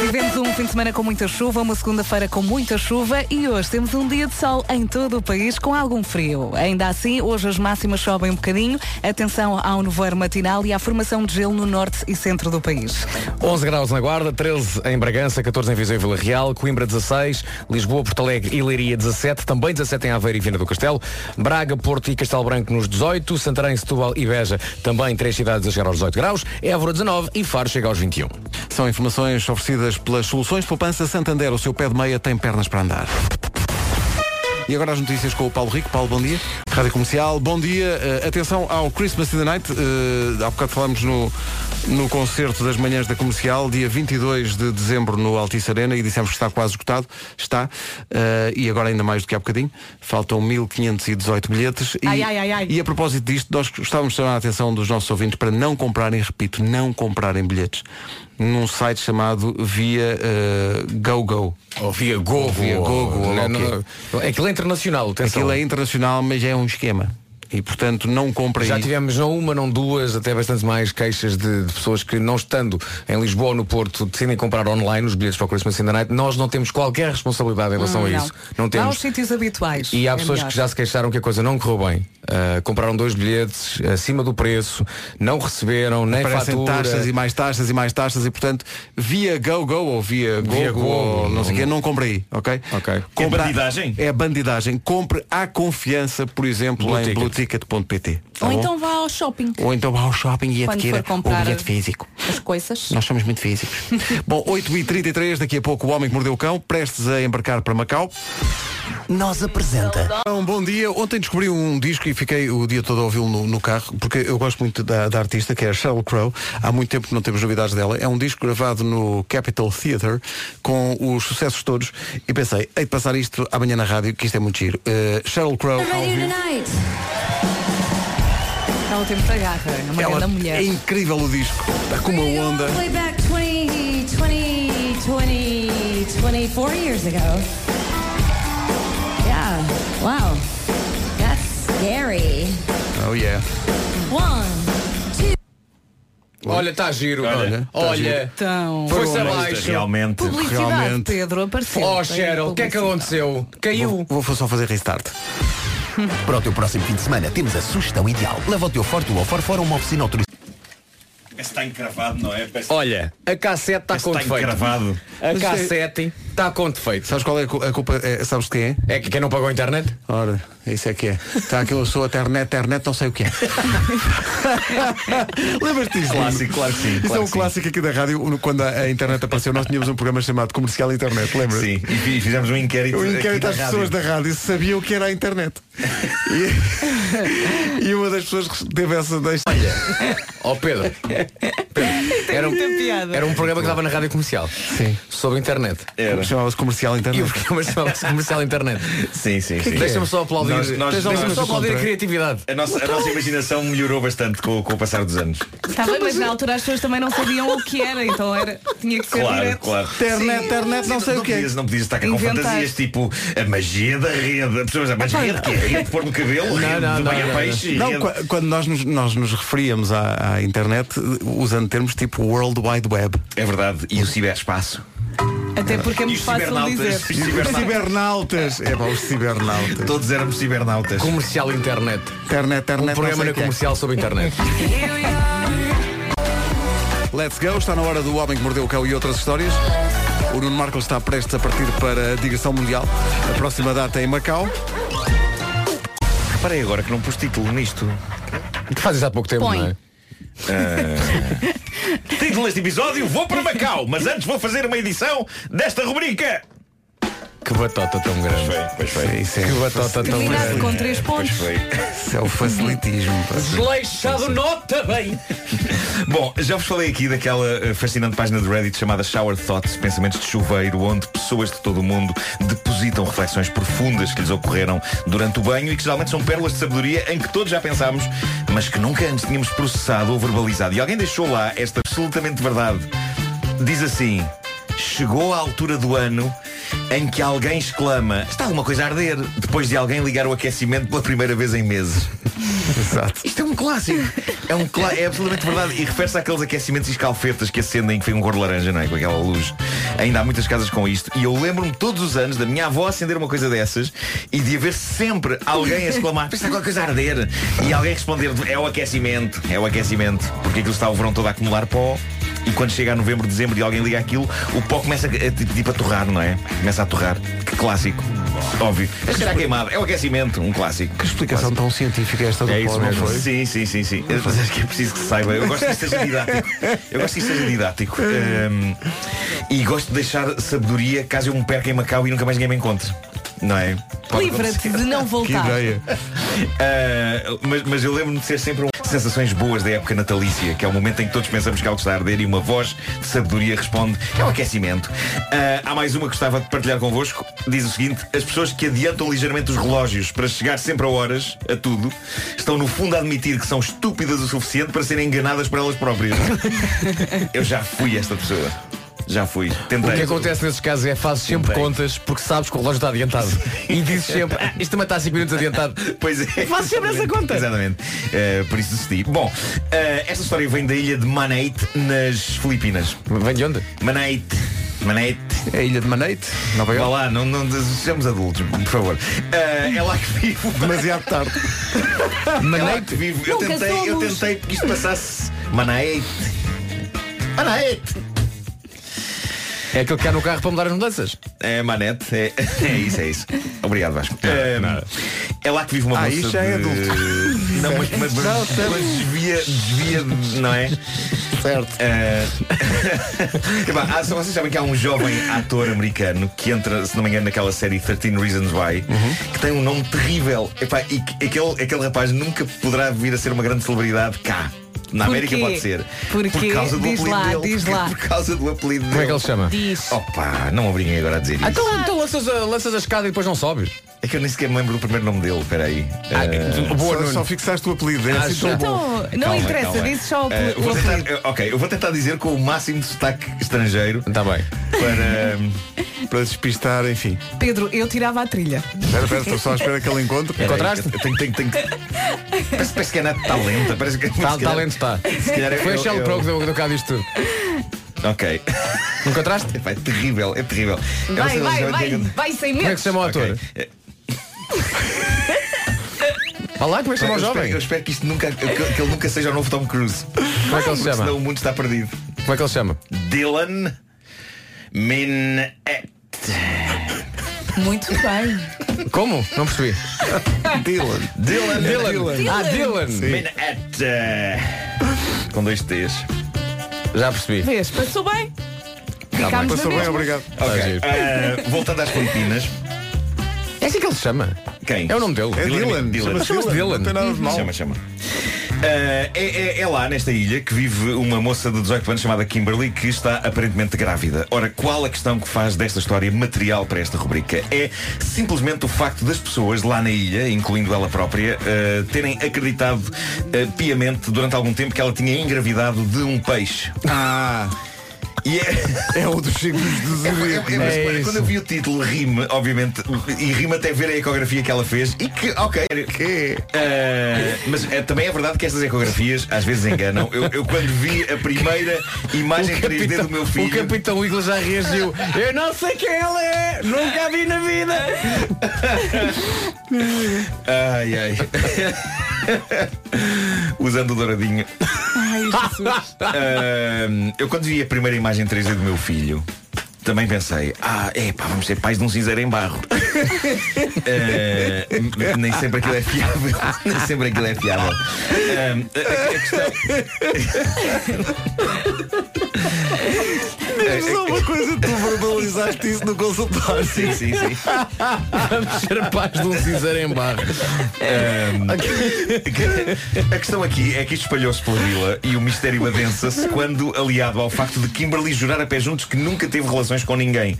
Tivemos um fim de semana com muita chuva, uma segunda-feira com muita chuva e hoje temos um dia de sol em todo o país com algum frio. Ainda assim, hoje as máximas sobem um bocadinho. Atenção ao nevoeiro matinal e à formação de gelo no norte e centro do país.
11 graus na Guarda, 13 em Bragança, 14 em Viseu e Vila Real, Coimbra 16, Lisboa, Porto Alegre e Leiria 17, também 17 em Aveiro e Viana do Castelo, Uhum. Braga, Porto e Castelo Branco nos 18, Santarém, Setúbal e Beja, também três cidades a chegar aos 18 graus, Évora 19 e um. Faro chega aos 21.
São informações oferecidas pelas soluções Poupança Santander. O seu pé de meia tem pernas para andar. E agora as notícias com o Paulo Rico. Paulo, bom dia. Rádio Comercial, bom dia. Eh, atenção ao Christmas in the Night. Eh, há bocado falamos no, no concerto das manhãs da comercial, dia 22 de dezembro no Altice Arena, e dissemos que está quase esgotado. Está. Eh, e agora ainda mais do que há bocadinho. Faltam 1518 bilhetes. E,
Ai, ai, ai, ai.
e a propósito disto, nós gostávamos de chamar a atenção dos nossos ouvintes para não comprarem, repito, não comprarem bilhetes num site chamado Via eh, GoGo.
Ou via Gogo.
Via Gogo, ou lá o
Não, não, aquilo é internacional, atenção.
Aquilo é internacional, mas é um esquema. E portanto não comprem
Já
isso.
tivemos não uma, não duas, até bastante mais queixas de, de pessoas que, não estando em Lisboa ou no Porto, decidem comprar online os bilhetes para o Christmas in the Night. Nós não temos qualquer responsabilidade em relação
Hum,
a isso. Não,
Vá
temos.
aos sítios habituais.
E há
é
pessoas
melhor.
que já se queixaram que a coisa não correu bem. Ah, compraram dois bilhetes acima do preço, não receberam nem
Aparecem
fatura.
taxas e mais taxas e mais taxas e portanto via GoGo ou via Gogo
Via Gogo,
ou não sei o
não-
quê, não compre aí, ok?
Ok.
Compre-
É bandidagem?
É bandidagem. Compre à confiança, por exemplo,
Blue
em
Ticket.
blueticket.pt. tá
Ou
bom?
então vá ao shopping
ou então vá ao shopping e
Quando
adquira
for
o
comprar-
bilhete físico.
as coisas.
Nós somos muito físicos. Bom, 8h33, daqui a pouco o Homem que Mordeu o Cão, prestes a embarcar para Macau. Nós apresenta. Então, bom dia. Ontem descobri um disco e fiquei o dia todo a ouvi-lo no, no carro, porque eu gosto muito da, da artista, que é a Sheryl Crow. Há muito tempo que não temos novidades dela. É um disco gravado no Capitol Theatre, com os sucessos todos. E pensei, hei de passar isto amanhã na rádio, que isto é muito giro. Eh, Sheryl Crow. ao vivo.
Ela tem muita garra, é uma
Ela
grande mulher.
é incrível o disco. Está com uma onda.
back 20, 20, 20, 24 years ago. Yeah, wow. That's scary.
Oh yeah.
One, two.
Olha, está giro. Olha,
tá
olha.
Então,
Foi-se abaixo.
Realmente.
publicidade,
Realmente.
Pedro, apareceu.
Oh,
Tem
Cheryl, o que é que
publicidade.
aconteceu? Caiu.
Vou, vou só fazer restart.
Para o teu próximo fim de semana temos a sugestão ideal. Leva o teu Forte ou Forte fora uma oficina autorizada.
Está encravado, não é?
Olha, a cassete está com
Está
defeito.
encravado.
A
Mas é-
cassete está com defeito.
Sabes qual é a cu- a culpa? É, sabes de quem é?
É que quem não pagou a internet?
Ora, isso é que é. Está aqui, eu sou a internet, internet, não sei o que é. Lembras-te disso?
Clássico, claro que sim.
Isso é
claro
um
que sim.
clássico aqui da rádio, no- quando a, a internet apareceu, nós tínhamos um programa chamado Comercial Internet, lembras?
Sim, e fi- fizemos um inquérito.
Eu
aqui
inquérito
na
às
rádio.
pessoas da rádio se sabiam o que era a internet. E, e uma das pessoas que teve essa deixa.
Ó Oh, Pedro. Pedro, Era, um,
piada.
era um programa que dava na rádio comercial.
Sim.
Sobre a internet. é
Era.
Chamava-se Comercial
E
Internet.
o programa chamava-se comercial internet.
Sim, sim, sim.
Deixa-me só
É. Nós-
aplaudir.
nós-
Deixa-me
nós-
só aplaudir a criatividade.
A nossa, a nossa imaginação melhorou bastante com, com o passar dos anos.
Está bem, mas na altura as pessoas também não sabiam o que era, então era, tinha que ser
Claro,
direto.
claro.
Internet, internet, não sei o que é.
Podias, não podias estar cá com
Inventar.
fantasias tipo a magia da rede. A pessoa já, mas rede que é? Rede de pôr no cabelo? Rede
não,
de
não,
banhar
não,
peixe?
Não,
Rede-
qua- quando nós nos, nós nos referíamos à, à internet eh, usando termos tipo World Wide Web.
É verdade. E o ciberespaço?
Até porque é
E
muito
os
fácil dizer.
cibernautas? Os cibernautas.
Cibernautas. É pá, os cibernautas.
Todos éramos cibernautas.
Comercial internet.
Internet, internet,
Um
não sei
programa na
o que é.
comercial sobre a internet.
Let's go, está na hora do Homem que Mordeu o Cão e outras histórias. O Nuno Marco está prestes a partir para a digressão mundial. A próxima data é em Macau.
Reparei agora que não pus título nisto.
Que fazes há pouco tempo,
Põe.
não é?
Título deste episódio, vou para Macau, mas antes vou fazer uma edição desta rubrica.
Que batota tão grande.
Pois foi.
Isso é,
Que batota tão
Terminaste
grande.
com três pontos.
isso é o facilitismo. pá.
Desleixado nota bem.
Bom, já vos falei aqui daquela eh, fascinante página do Reddit chamada Shower Thoughts, pensamentos de chuveiro, onde pessoas de todo o mundo depositam reflexões profundas que lhes ocorreram durante o banho e que geralmente são pérolas de sabedoria em que todos já pensámos, mas que nunca antes tínhamos processado ou verbalizado. E alguém deixou lá esta absolutamente verdade. Diz assim: Chegou a altura do ano em que alguém exclama Está alguma coisa a arder Depois de alguém ligar o aquecimento pela primeira vez em meses
Exato.
isto é um clássico. É, um clá- é absolutamente verdade. E refere-se àqueles aquecimentos e escalfetas que acendem, que vem um cor de laranja, não é? Com aquela luz. Ainda há muitas casas com isto. E eu lembro-me todos os anos da minha avó acender uma coisa dessas e de haver sempre alguém a exclamar: "Mas está qualquer coisa a arder. E alguém responder: é o aquecimento, é o aquecimento. Porque aquilo está o verão todo a acumular pó. E quando chega a novembro, dezembro e alguém liga aquilo, o pó começa a, a- tipo, a torrar, não é? Começa a torrar. Que clássico. Óbvio. A cheirar queimado. É o aquecimento. Um clássico.
Que explicação tão científica esta do
É
Paulo,
isso
não
mesmo.
foi?
Sim, sim, sim, sim. Mas acho que é preciso que se saiba. Eu gosto que isto seja didático. Eu gosto que isto seja didático. Ehm, Ahm, e gosto de deixar sabedoria caso eu me perca em Macau e nunca mais ninguém me encontre. não é? Pode
Livra-te
acontecer.
de não voltar.
Ah, mas, mas eu lembro-me de ser sempre um... sensações boas da época natalícia, que é o momento em que todos pensamos que algo está a arder e uma voz de sabedoria responde: é o aquecimento. Ah, há mais uma que gostava de partilhar convosco. Diz o seguinte: as pessoas que adiantam ligeiramente os relógios para chegar sempre a horas, a tudo, estão no fundo a admitir que são estúpidas o suficiente para serem enganadas por elas próprias. eu já fui esta pessoa. Já fui. Tentei.
O que acontece nesses casos é fazes sempre
Tentei.
contas porque sabes que o relógio está adiantado. e dizes sempre, ah, isto também está 5 minutos adiantado.
Pois é.
Faz sempre essa conta.
Exatamente. Eh, por isso decidi. Bom, eh, esta história vem da ilha de Manaite, nas Filipinas.
Vem de onde?
Manaite. Manaite.
É a ilha de Manaite?
Nova York. Vá É lá, não, não sejamos adultos, por favor. Eh, é lá que vivo.
Demasiado tarde.
É lá que vivo. Eu
Nunca
tentei, eu
somos.
tentei que isto passasse. Manaite. Manaite.
É aquele que há no carro para mudar as mudanças.
É manete, é, é isso, é isso. Obrigado, Vasco. É, é lá que vive uma
Ah,
moça
isso já é
de-
adulto.
Não, mas, mas, mas-
Não, certo.
mas desvia, desvia, de- não é?
Certo.
vocês sabem que há um jovem ator americano que entra, se não me engano, naquela série 13 Reasons Why, que tem um nome terrível. Epá, e que- aquele, aquele rapaz nunca poderá vir a ser uma grande celebridade cá. Na
Porquê?
América pode ser.
Porquê?
Por causa do
Diz
apelido
lá,
dele.
diz
Por-
lá.
Por causa do apelido dele. Como
é que ele se chama?
Diz.
Opa, não me obriguem agora a dizer isso.
Então, então lanças, a, lanças a escada e depois não sobes.
É que eu nem sequer me lembro do primeiro nome dele, Eh, peraí.
Ah, boa, só- Nuno. só fixaste o apelido, é assim tão
Então, bom. não interessa, diz só o
Eh,
apelido.
vou tentar- eh, ok, eu vou tentar dizer com o máximo de sotaque estrangeiro.
Tá
Está bem. Para,
para despistar, enfim.
Pedro, eu tirava a trilha.
Espera, espera, estou só à espera que ele encontre.
Peraí, eu Tenho, tenho, tenho que... parece, parece que é na talenta. Parece que,
Tá,
se calhar-
talento está.
se calhar eu-
Foi a
eu-
Shell
eu-
Pro que deu, deu cabo disto tudo.
Ok.
Encontraste?
É, terrível, é terrível. Eu não
Vai,
sei
vai, vai,
exatamente o que é que-
vai sem medo.
Como é que se chama o ator?
Vá lá, como é que se chama o
Eu espero-
jovem?
Eu espero que, isto nunca, que, que ele nunca seja o novo Tom Cruise.
Como é que ele
Porque
se chama?
Senão o mundo está perdido.
Como é que ele se chama?
Dylan Minette.
Muito bem.
Como? Não percebi.
Dylan.
Dylan.
Dylan. Ah, Dylan.
Minette. Com dois T's.
Já percebi.
Vês, passou
Tá
bem? Ficámos na mesma.
Ok,
Tá giro.
eh, voltando às Filipinas.
É assim que ele se chama?
Quem?
É o nome dele.
É Dylan.
Mas Chama-se Dylan.
Chama, chama. Eh, é, é- é lá, nesta ilha, que vive uma moça de 18 anos chamada Kimberly que está aparentemente grávida. Ora, qual a questão que faz desta história material para esta rubrica? É simplesmente o facto das pessoas lá na ilha, incluindo ela própria, eh, terem acreditado eh, piamente durante algum tempo que ela tinha engravidado de um peixe.
Ah!
E é...
é o dos signos do
É, é, mas
É
quando-
isso.
quando eu vi o título rime, obviamente, e rime até ver a ecografia que ela fez e que, é. ok, Eh, mas eh, também é verdade que estas ecografias às vezes enganam. Eu, eu quando vi a primeira imagem 3D do meu filho.
O capitão Igor já reagiu. Eu não sei quem ela é. Nunca a vi na vida.
Ai ai. Usando o douradinho. Ahm, eu quando vi a primeira imagem 3D do meu filho, também pensei, ah, é pá, vamos ser pais de um cinzeiro em barro. Eh, n- nem sempre aquilo é fiável. Nem sempre aquilo é fiável. Ahm, a- a- a
Diz-me só uma coisa, tu verbalizaste isso no consultório.
Sim, sim, sim.
Vamos ser paz de um cinzeiro em barro.
Ahm, É. a questão aqui é que isto espalhou-se pela vila e o mistério adensa-se quando aliado ao facto de Kimberly jurar a pé juntos que nunca teve relações com ninguém.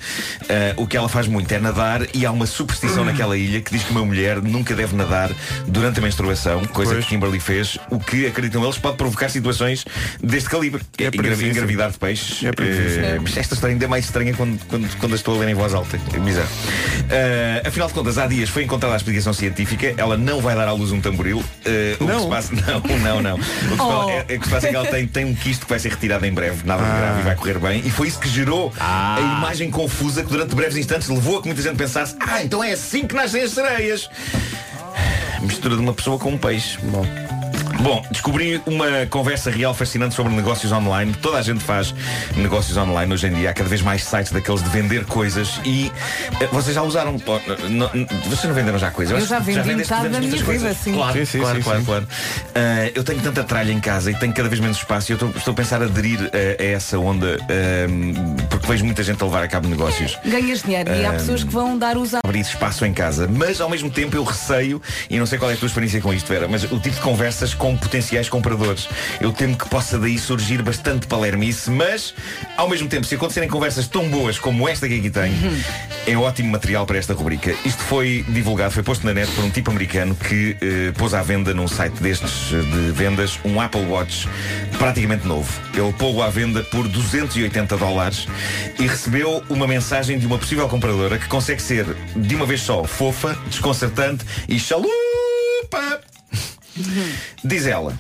Ah, o que ela faz muito é nadar e há uma superstição naquela ilha que diz que uma mulher nunca deve nadar durante a menstruação, coisa que Kimberly fez, o que acreditam eles pode provocar situações deste calibre. É
previsível.
engravidar de peixes.
É previsível.
Eh, mas esta história ainda é mais estranha quando, quando, quando a estou a ler em voz alta. É bizarro. Eh, afinal de contas, há dias foi encontrada a explicação científica. Ela não vai dar à luz um tamboril. Eh, o
Não?
Que se passa, não, não, não. O que, se
Oh.
fala- é, é que se passa é que ela tem, tem um quisto que vai ser retirado em breve. Nada de
Ah.
grave e vai correr bem. E foi isso que gerou a imagem confusa que durante breves instantes levou a que muita gente pensasse Ah, então é assim que nascem as sereias. Mistura de uma pessoa com um peixe. Bom. descobri uma conversa real fascinante sobre negócios online. Toda a gente faz negócios online hoje em dia. Há cada vez mais sites daqueles de vender coisas e eh, vocês já usaram. pô, não- não- vocês não venderam já coisas?
Eu
acho
já
que
vendi
vendeste-
metade
vendemos
da minha
muitas coisas.
vida, sim.
Claro,
Sim, sim,
claro,
sim,
claro,
sim.
claro. Eh, eu tenho tanta tralha em casa e tenho cada vez menos espaço e eu estou- estou a pensar em aderir eh, a, essa onda ehm, porque vejo muita gente a levar a cabo negócios.
Ganhas dinheiro e há
Ah,
pessoas que vão dar usar.
abrir espaço em casa, mas ao mesmo tempo eu receio, e não sei qual é a tua experiência com isto, Vera, mas o tipo de conversas com potenciais compradores. Eu temo que possa daí surgir bastante palermice, mas ao mesmo tempo, se acontecerem conversas tão boas como esta que aqui tenho, é ótimo material para esta rubrica. Isto foi divulgado, foi posto na net por um tipo americano que eh, pôs à venda num site destes eh, de vendas um Apple Watch praticamente novo. Ele pô-o à venda por 280 dólares e recebeu uma mensagem de uma possível compradora que consegue ser, de uma vez só, fofa, desconcertante e chalupa. Diz ela.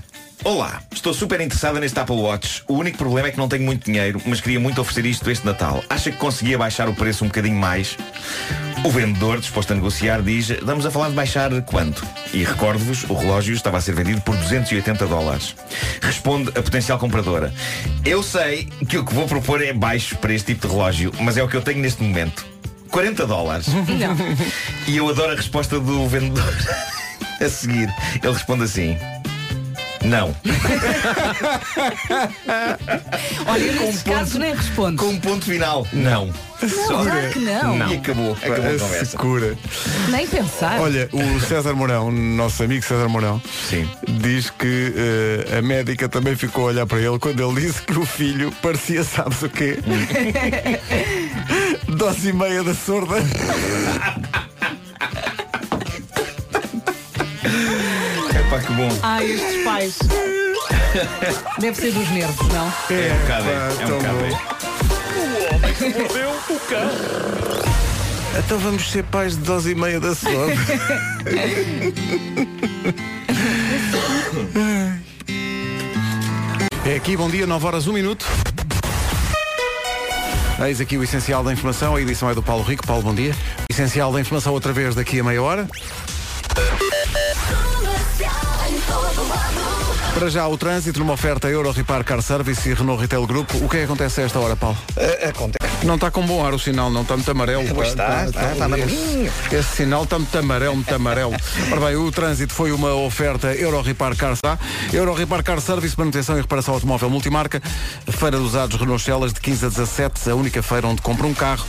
Olá, estou super interessada neste Apple Watch. O único problema é que não tenho muito dinheiro, mas queria muito oferecer isto este Natal. Acha que conseguia baixar o preço um bocadinho mais? O vendedor, disposto a negociar, diz: Estamos a falar de baixar quanto? E recordo-vos, o relógio estava a ser vendido por 280 dólares. Responde a potencial compradora: Eu sei que o que vou propor é baixo para este tipo de relógio, mas é o que eu tenho neste momento: 40 dólares. E eu adoro a resposta do vendedor. a seguir, ele responde assim: Não.
Olha, eu nesses casos nem respondo.
Com um ponto final. Não.
Não, claro que não.
E acabou.
É
Acabou a É conversa.
Segura.
Nem pensar.
Olha, o César Mourão, nosso amigo César Mourão, diz que eh, a médica também ficou a olhar para ele quando ele disse que o filho parecia, sabes o quê? Dose e meia da surda.
é
Epá, que bom.
Ai, estes pais. Deve ser dos nervos, não?
É um bocado, é, é um bocado. é.
O homem que mordeu o cão.
Então vamos ser pais de dose e meia da surda. É aqui, bom dia, 9 horas, 1 minuto. Eis aqui o essencial da informação, a edição é do Paulo Rico. Paulo, bom dia. Essencial da informação outra vez daqui a meia hora. Para já o trânsito numa oferta Euro Repar Car Service e Renault Retail Group. O que é que acontece a esta hora, Paulo? acontece. Não está com bom ar o sinal, não está muito amarelo.
É, Pois está, está, está amarelinho.
esse, esse sinal está muito amarelo, muito amarelo. Ora bem, o trânsito foi uma oferta Euro Repar Car Service. Euro Repar Car Service, manutenção e reparação automóvel multimarca. Feira dos usados Renault Celas de 15 a 17, a única feira onde compra um carro.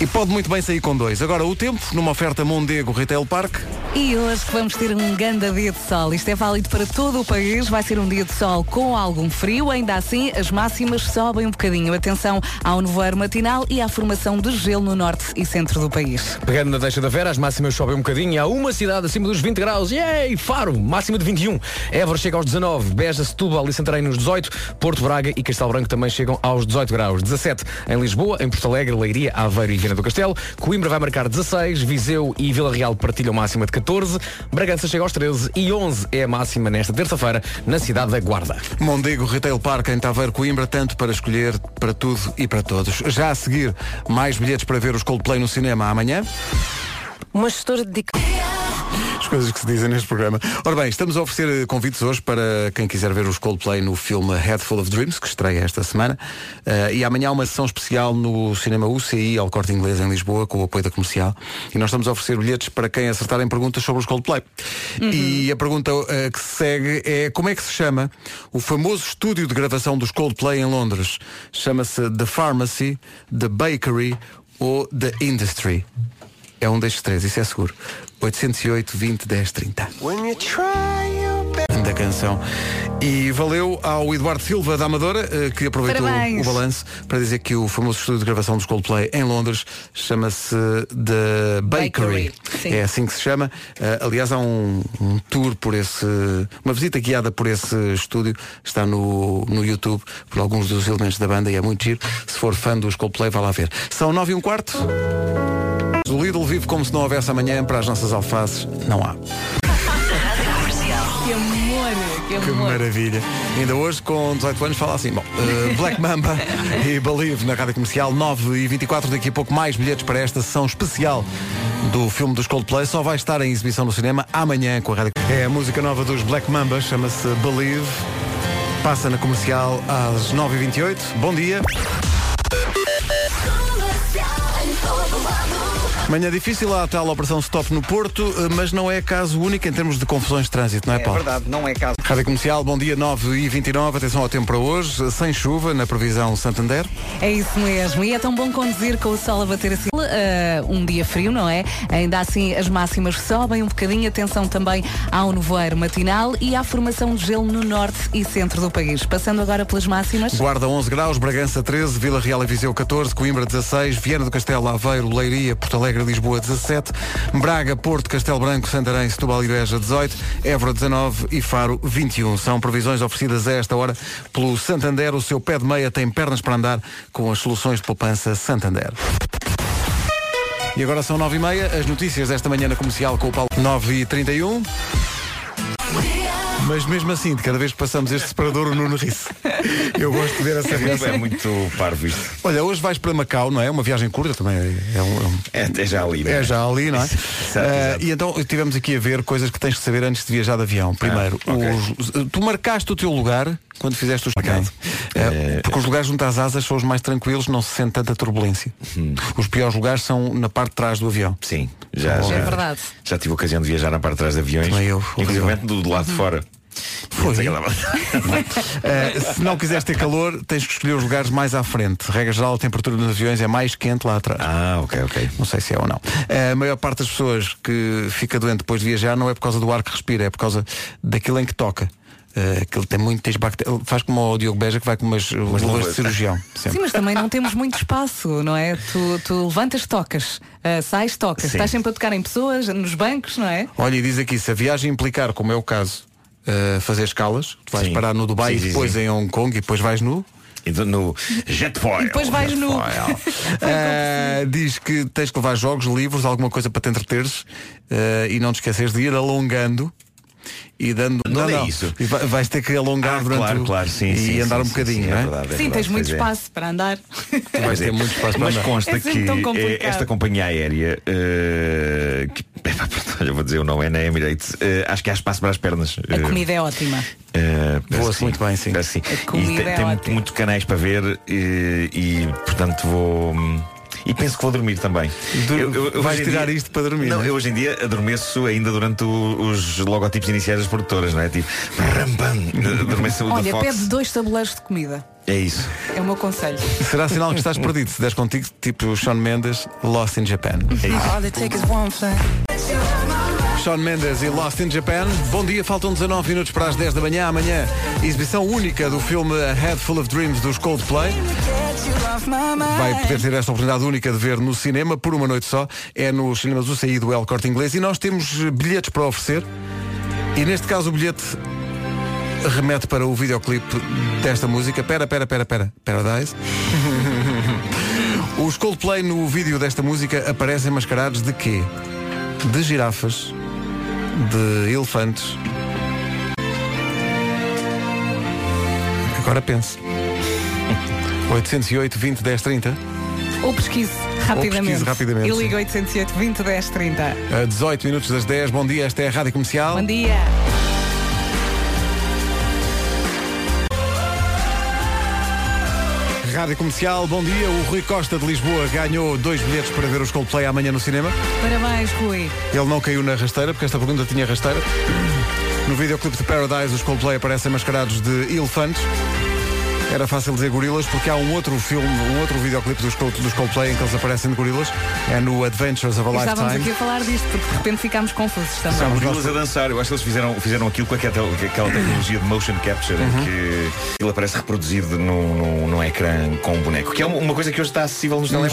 E pode muito bem sair com dois. Agora o tempo, numa oferta Mondego Retail Park.
E hoje que vamos ter um grande dia de sol. Isto é válido para todo o país. Vai ser um dia de sol com algum frio. Ainda assim, as máximas sobem um bocadinho. Atenção ao nevoeiro matinal e à formação de gelo no norte e centro do país.
Pegando na deixa da Vera, as máximas sobem um bocadinho e há uma cidade acima dos 20 graus. Yay! Faro, máxima de 21. Évora chega aos 19. Beja, Setúbal e Santarém nos 18. Porto Braga e Castelo Branco também chegam aos 18 graus. 17 em Lisboa, em Porto Alegre, Leiria, Aveiro e Viana do Castelo. Coimbra vai marcar 16. Viseu e Vila Real partilham máxima de 14. Bragança chega aos 13 e 11 é a máxima nesta terça-feira na cidade da Guarda.
Mondego Retail Park em Taveiro Coimbra, tanto para escolher, para tudo e para todos. Já a seguir, mais bilhetes para ver os Coldplay no cinema amanhã.
Uma gestora de
As coisas que se dizem neste programa. Ora bem, estamos a oferecer eh, convites hoje para quem quiser ver os Coldplay no filme Head Full of Dreams, que estreia esta semana. Eh, e amanhã há uma sessão especial no cinema UCI, ao Corte Inglês, em Lisboa, com o apoio da comercial. E nós estamos a oferecer bilhetes para quem acertarem perguntas sobre os Coldplay. E a pergunta eh, que se segue é como é que se chama o famoso estúdio de gravação dos Coldplay em Londres? Chama-se The Pharmacy, The Bakery ou The Industry. É um destes três, isso é seguro. 808 20 10 30. Da canção. E valeu ao Eduardo Silva da Amadora, eh, que aproveitou o,
Parabéns.
o balanço para dizer que o famoso estúdio de gravação dos Coldplay em Londres chama-se The Bakery.
Bakery, sim.
É assim que se chama. Eh, aliás, há um, um tour por esse. Uma visita guiada por esse estúdio. Está no, no YouTube por alguns dos elementos da banda e é muito giro. Se for fã dos Coldplay, vai lá ver. São 9 e um quarto. O Lidl vive como se não houvesse amanhã para as nossas alfaces. Não há.
Que amor, que
Que
amor.
maravilha. Ainda hoje, com 18 anos, fala assim, bom, eh, Black Mamba e Believe na Rádio Comercial 9 e 24, daqui a pouco mais bilhetes para esta sessão especial do filme dos Coldplay. Só vai estar em exibição no cinema amanhã com a Rádio É a música nova dos Black Mamba, chama-se Believe. Passa na comercial às 9h28. Bom dia. Manhã difícil, há a tal operação stop no Porto, eh, mas não é caso único em termos de confusões de trânsito, não é,
É
Paulo?
verdade, não é caso.
Rádio Comercial, bom dia 9 e 29, atenção ao tempo para hoje, sem chuva, na previsão Santander.
É isso mesmo. E é tão bom conduzir com o sol a bater assim. Ah, um dia frio, não é? Ainda assim, as máximas sobem um bocadinho. Atenção também ao nevoeiro matinal e à formação de gelo no norte e centro do país. Passando agora pelas máximas.
Guarda 11 graus, Bragança 13, Vila Real e Viseu 14, Coimbra 16, Viana do Castelo, Aveiro, Leiria, Porto Alegre, Lisboa 17, Braga, Porto, Castelo Branco, Santarém, Setúbal e Beja 18, Évora 19 e Faro 21. São previsões oferecidas a esta hora pelo Santander. O seu pé de meia tem pernas para andar com as soluções de poupança Santander. E agora são 9 e meia, as notícias desta manhã na comercial com o Paulo 9 e 31. Mas mesmo assim, de cada vez que passamos este separador, o Nuno ri-se. Eu gosto de ver essa reação.
É muito parvo isto.
Olha, hoje vais para Macau, não é? Uma viagem curta também. É, um- é um-
É, é já ali. não
é já ali, não é?
Exato,
Ah,
exato. Ah,
e então estivemos aqui a ver coisas que tens de saber antes de viajar de avião. Primeiro, os- tu marcaste o teu lugar quando fizeste o mercado.
Eh,
porque os lugares junto às asas são os mais tranquilos, não se sente tanta turbulência.
Uhum.
Os piores lugares são na parte de trás do avião.
Sim, Já,
É
já, já tive a ocasião de viajar na parte de trás de aviões. Inclusive do, do lado de fora. Foi.
Uh, se não quiseres ter calor, tens que escolher os lugares mais à frente. Regra geral, a temperatura nos aviões é mais quente lá atrás.
Ah, ok, ok.
Não sei se é ou não. Uh, a maior parte das pessoas que fica doente depois de viajar não é por causa do ar que respira, é por causa daquilo em que toca. Uh, aquilo tem muitas bactérias. Faz como o Diogo Beja que vai com umas uh, luvas de
luvas.
cirurgião. Sempre.
Sim, mas também não temos muito espaço, não é? Tu, tu levantas, tocas, ah, sais, tocas.
Sim.
Estás sempre a tocar em pessoas, nos bancos, não é?
Olha, e diz aqui, se a viagem implicar, como é o caso, uh, fazer escalas, tu vais parar no Dubai
Sim,
e
sim,
depois
sim.
em Hong Kong e depois vais nu.
no Jetfoil.
E depois vais nu.
é
Ah, diz que tens que levar jogos, livros, alguma coisa para te entreteres ah, e não te esqueceres de ir alongando e dando.
Não é isso. Ah,
E vai- vais ter que alongar durante
claro,
o-
claro, sim,
e
sim,
andar
sim,
um
sim,
bocadinho,
sim, é
não é?
verdade, é
Sim, tens muito
pois é.
espaço para andar.
Tu vais ter muito espaço para
Mas
andar.
consta
É sempre
que
tão
eh,
complicado.
esta companhia aérea, eh, que, epá, pronto, olha, vou dizer o nome, é na Emirates, eh, acho que há espaço para as pernas.
A
eh,
comida é ótima.
eh, parece que sim,
muito bem, sim.
parece que sim.
comida
E tem,
é
tem muito,
ótima.
muito canais para ver eh, e, portanto, vou. hum, E penso que vou dormir também.
vais
hoje em
tirar isto para dormir,
Não,
não é?
eu hoje em dia adormeço ainda durante o- os logotipos iniciais das produtoras, não é? Tipo, ram, pam, adormeço o da
Olha,
Fox.
pede dois tabuleiros de comida.
É isso.
É o meu conselho.
Será sinal que estás perdido se deres contigo, tipo Sean Mendes, Lost in Japan. Sean Mendes e Lost in Japan. Bom dia, faltam 19 minutos para as 10 da manhã. Amanhã, exibição única do filme A Head Full of Dreams dos Coldplay. Vai poder ter esta oportunidade única de ver no cinema por uma noite só. É nos cinemas do Saí do El Corte Inglês e nós temos eh, bilhetes para oferecer. E neste caso o bilhete remete para o videoclipe desta música. Pera, pera, pera, pera. Paradise. Os Coldplay no vídeo desta música aparecem mascarados de quê? De girafas, de elefantes. Agora pense. 808 20 10 30
Ou pesquise rapidamente.
pesquise rapidamente,
E
sim.
liga 808 20 10 30.
a 18 minutos das 10. Bom dia, esta é a Rádio Comercial.
Bom dia.
Rádio Comercial, bom dia. O Rui Costa de Lisboa ganhou dois bilhetes para ver os Coldplay amanhã no cinema.
Parabéns, Rui.
Ele não caiu na rasteira, porque esta pergunta tinha rasteira. No videoclipe de Paradise, os Coldplay aparecem mascarados de elefantes. Era fácil dizer gorilas, porque há um outro filme, um outro videoclipe dos, Cold- dos Coldplay em que eles aparecem de gorilas. É no Adventures of a
Estávamos aqui
Lifetime.
a falar disto porque de repente ficámos confusos também.
São os gorilas a dançar. Eu acho que eles fizeram, fizeram aquilo com aquela, com aquela tecnologia de motion capture
Uhum.
em que ele aparece reproduzido num, num, num ecrã com um boneco. Que é uma, uma coisa que hoje está acessível nos
Nos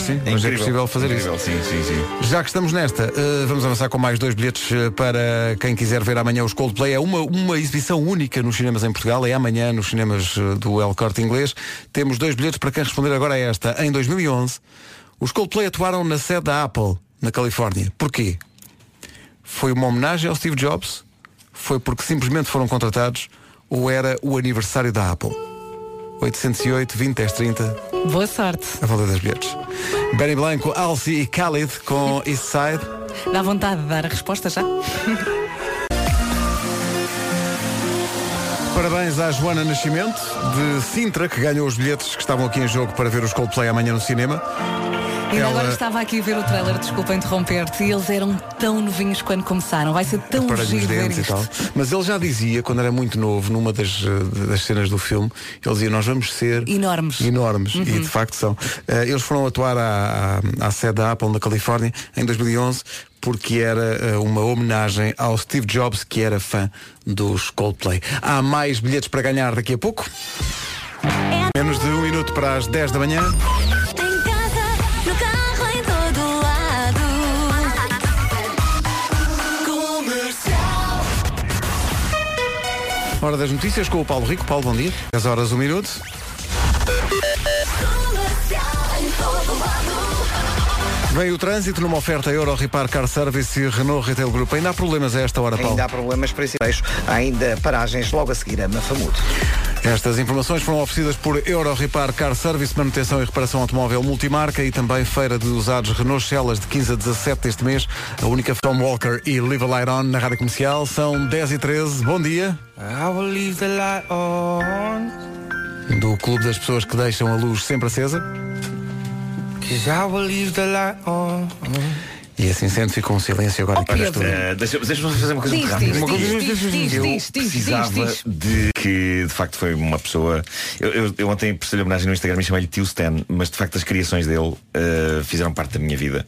telemóveis, sim. Hoje é possível fazer
incrível, isso. Sim, sim, sim.
Já que estamos nesta, eh, vamos avançar com mais dois bilhetes eh, para quem quiser ver amanhã os Coldplay. É uma, uma exibição única nos cinemas em Portugal, é amanhã nos cinemas eh, do El Corte Inglês. Temos dois bilhetes para quem responder agora a esta. Em 2011, os Coldplay atuaram na sede da Apple, na Califórnia. Porquê? Foi uma homenagem ao Steve Jobs? Foi porque simplesmente foram contratados? Ou era o aniversário da Apple? 808 20 10 30
Boa sorte.
a valor dos bilhetes. Benny Blanco, Alci e Khalid com Eastside.
Dá vontade de dar a resposta já?
Parabéns à Joana Nascimento, de Sintra, que ganhou os bilhetes que estavam aqui em jogo para ver os Coldplay amanhã no cinema.
Ainda
Ela-
agora estava aqui a ver o trailer, desculpa interromper-te, e eles eram tão novinhos quando começaram. Vai ser tão
para os
giro ver
dentes e
isto.
tal. Mas ele já dizia, quando era muito novo, numa das, eh, das cenas do filme, ele dizia, nós vamos ser
enormes.
enormes.
Uhum.
E de facto são. Eh, eles foram atuar à, à, à sede da Apple na Califórnia em 2011 porque era eh, uma homenagem ao Steve Jobs, que era fã dos Coldplay. Há mais bilhetes para ganhar daqui a pouco. Menos de um minuto para as 10 da manhã.
Em casa, no carro, em todo lado. Comercial.
Hora das notícias com o Paulo Rico. Paulo, bom dia. 10 horas, um minuto. Vem o trânsito numa oferta Euro Repar Car Service e Renault Retail Group. Ainda há problemas a esta hora, Paulo.
Ainda há problemas para esse trecho, há ainda paragens logo a seguir a Mafamudo.
Estas informações foram oferecidas por Euro Repar Car Service, manutenção e reparação automóvel multimarca e também feira de usados Renault Celas de 15 a 17 deste mês. A única Tom Walker e Live a Light On na rádio comercial são 10 e 13. Bom dia. Do clube das pessoas que deixam a luz sempre acesa. E assim sendo, ficou um silêncio agora aqui no
Olha,
estúdio.
eh, deixa- Deixa-me fazer uma coisa
Diz,
muito rápida.
diz,
Uma coisa-
diz, diz, diz,
Eu
diz, diz, diz,
precisava
diz.
de que, de facto, foi uma pessoa. Eu, eu, eu ontem prestei-lhe homenagem no Instagram e chamei-lhe Tio Stan, mas de facto as criações dele eh, fizeram parte da minha vida.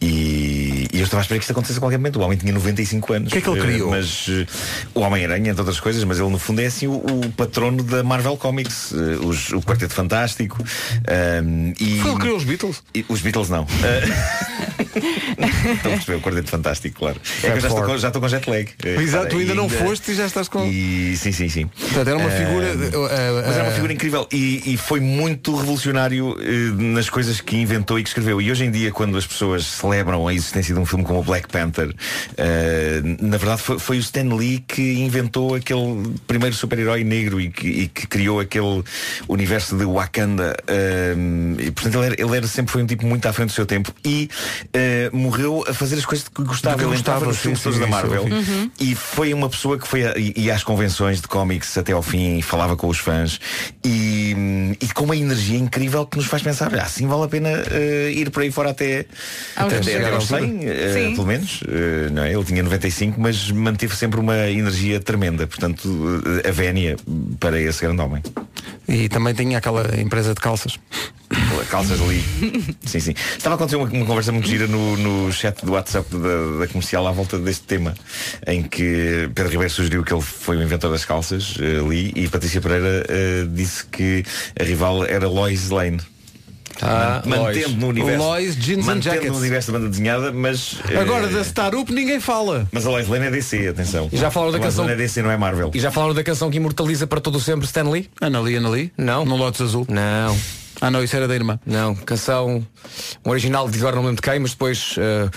E, e eu estava a esperar que isto acontecesse a qualquer momento. O homem tinha 95 anos. O que é que ele criou? Mas eh, o Homem-Aranha, entre outras coisas, mas ele no fundo é assim o, o patrono da Marvel Comics, eh, os- o Quarteto Fantástico. ehm, e,
Foi ele que criou os Beatles?
os Beatles não. Eh, Estão a perceber o quarteto fantástico, claro. É que eu já estou,
Four.
com, já estou com jet lag. Eh,
Exato,
repara,
tu ainda não foste e já estás com.
E, sim, sim, sim.
Portanto, era uma
Ah,
figura. de- ah,
mas era uma
ah,
figura incrível e, e foi muito revolucionário eh, nas coisas que inventou e que escreveu. E hoje em dia, quando as pessoas celebram a existência de um filme como o Black Panther, eh, na verdade foi, foi o Stan Lee que inventou aquele primeiro super-herói negro e que, e que criou aquele universo de Wakanda. eh, e, portanto, ele, era, ele era- sempre foi um tipo muito à frente do seu tempo e eh, morreu a fazer as coisas que gostava.
Do que
Ele
gostava,
entrava nos
sim,
filmes
sim,
todos da
isso eu
Marvel
vi.
Uhum. E foi uma pessoa que foi a- e- e às convenções de cómics até ao fim, e falava com os fãs e, hum, e com uma energia incrível que nos faz pensar, "Ah, assim vale a pena eh, ir por aí fora até,
Aos
até, até
chegar
aos
ao
100,
futuro.
eh,
Sim.
pelo menos. eh, não é? Ele tinha 95, mas manteve sempre uma energia tremenda. Portanto, eh, a vénia para esse grande homem.
eh, E também tinha aquela empresa de calças.
Calças ali. sim, sim. Estava a acontecer uma, uma conversa muito gira no, no chat do WhatsApp da, da comercial à volta deste tema, em que Pedro Ribeiro sugeriu que ele foi o inventor das calças eh, ali e Patrícia Pereira eh, disse que a rival era Lois Lane.
Ah,
Man-
Lois.
mantendo no universo.
Lois Jeans and
mantendo
Jackets.
no universo da banda desenhada, mas. eh,
Agora da Starup ninguém fala.
Mas a Lois Lane é DC, atenção.
E já falaram da
a Lois
canção-
Lane é DC, não é Marvel.
E já falaram da canção que imortaliza para todo o sempre Stanley?
Anali, Anali?
Não. No
Lotes Azul?
Não.
Ah não, isso era da irmã.
Não, canção um original de agora não me lembro de quem, mas depois eh,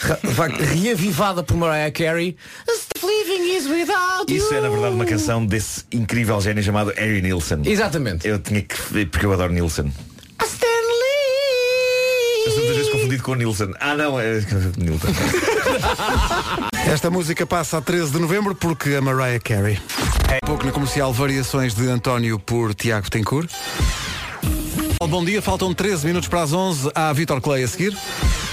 ra- va- reavivada por Mariah Carey. Living is without
Isso é na verdade uma canção desse incrível gênio chamado Harry Nilsson.
Exatamente.
Eu tinha que. Porque eu adoro Nilsson. Eu sou muitas vezes confundido com o Nilsson. Ah não, é. Nilsson.
Esta música passa a 13 de novembro porque a Mariah Carey. Pouco no comercial variações de António por Tiago Tencourt. Bom dia, faltam 13 minutos para as 11. Há Vitor Clay a seguir.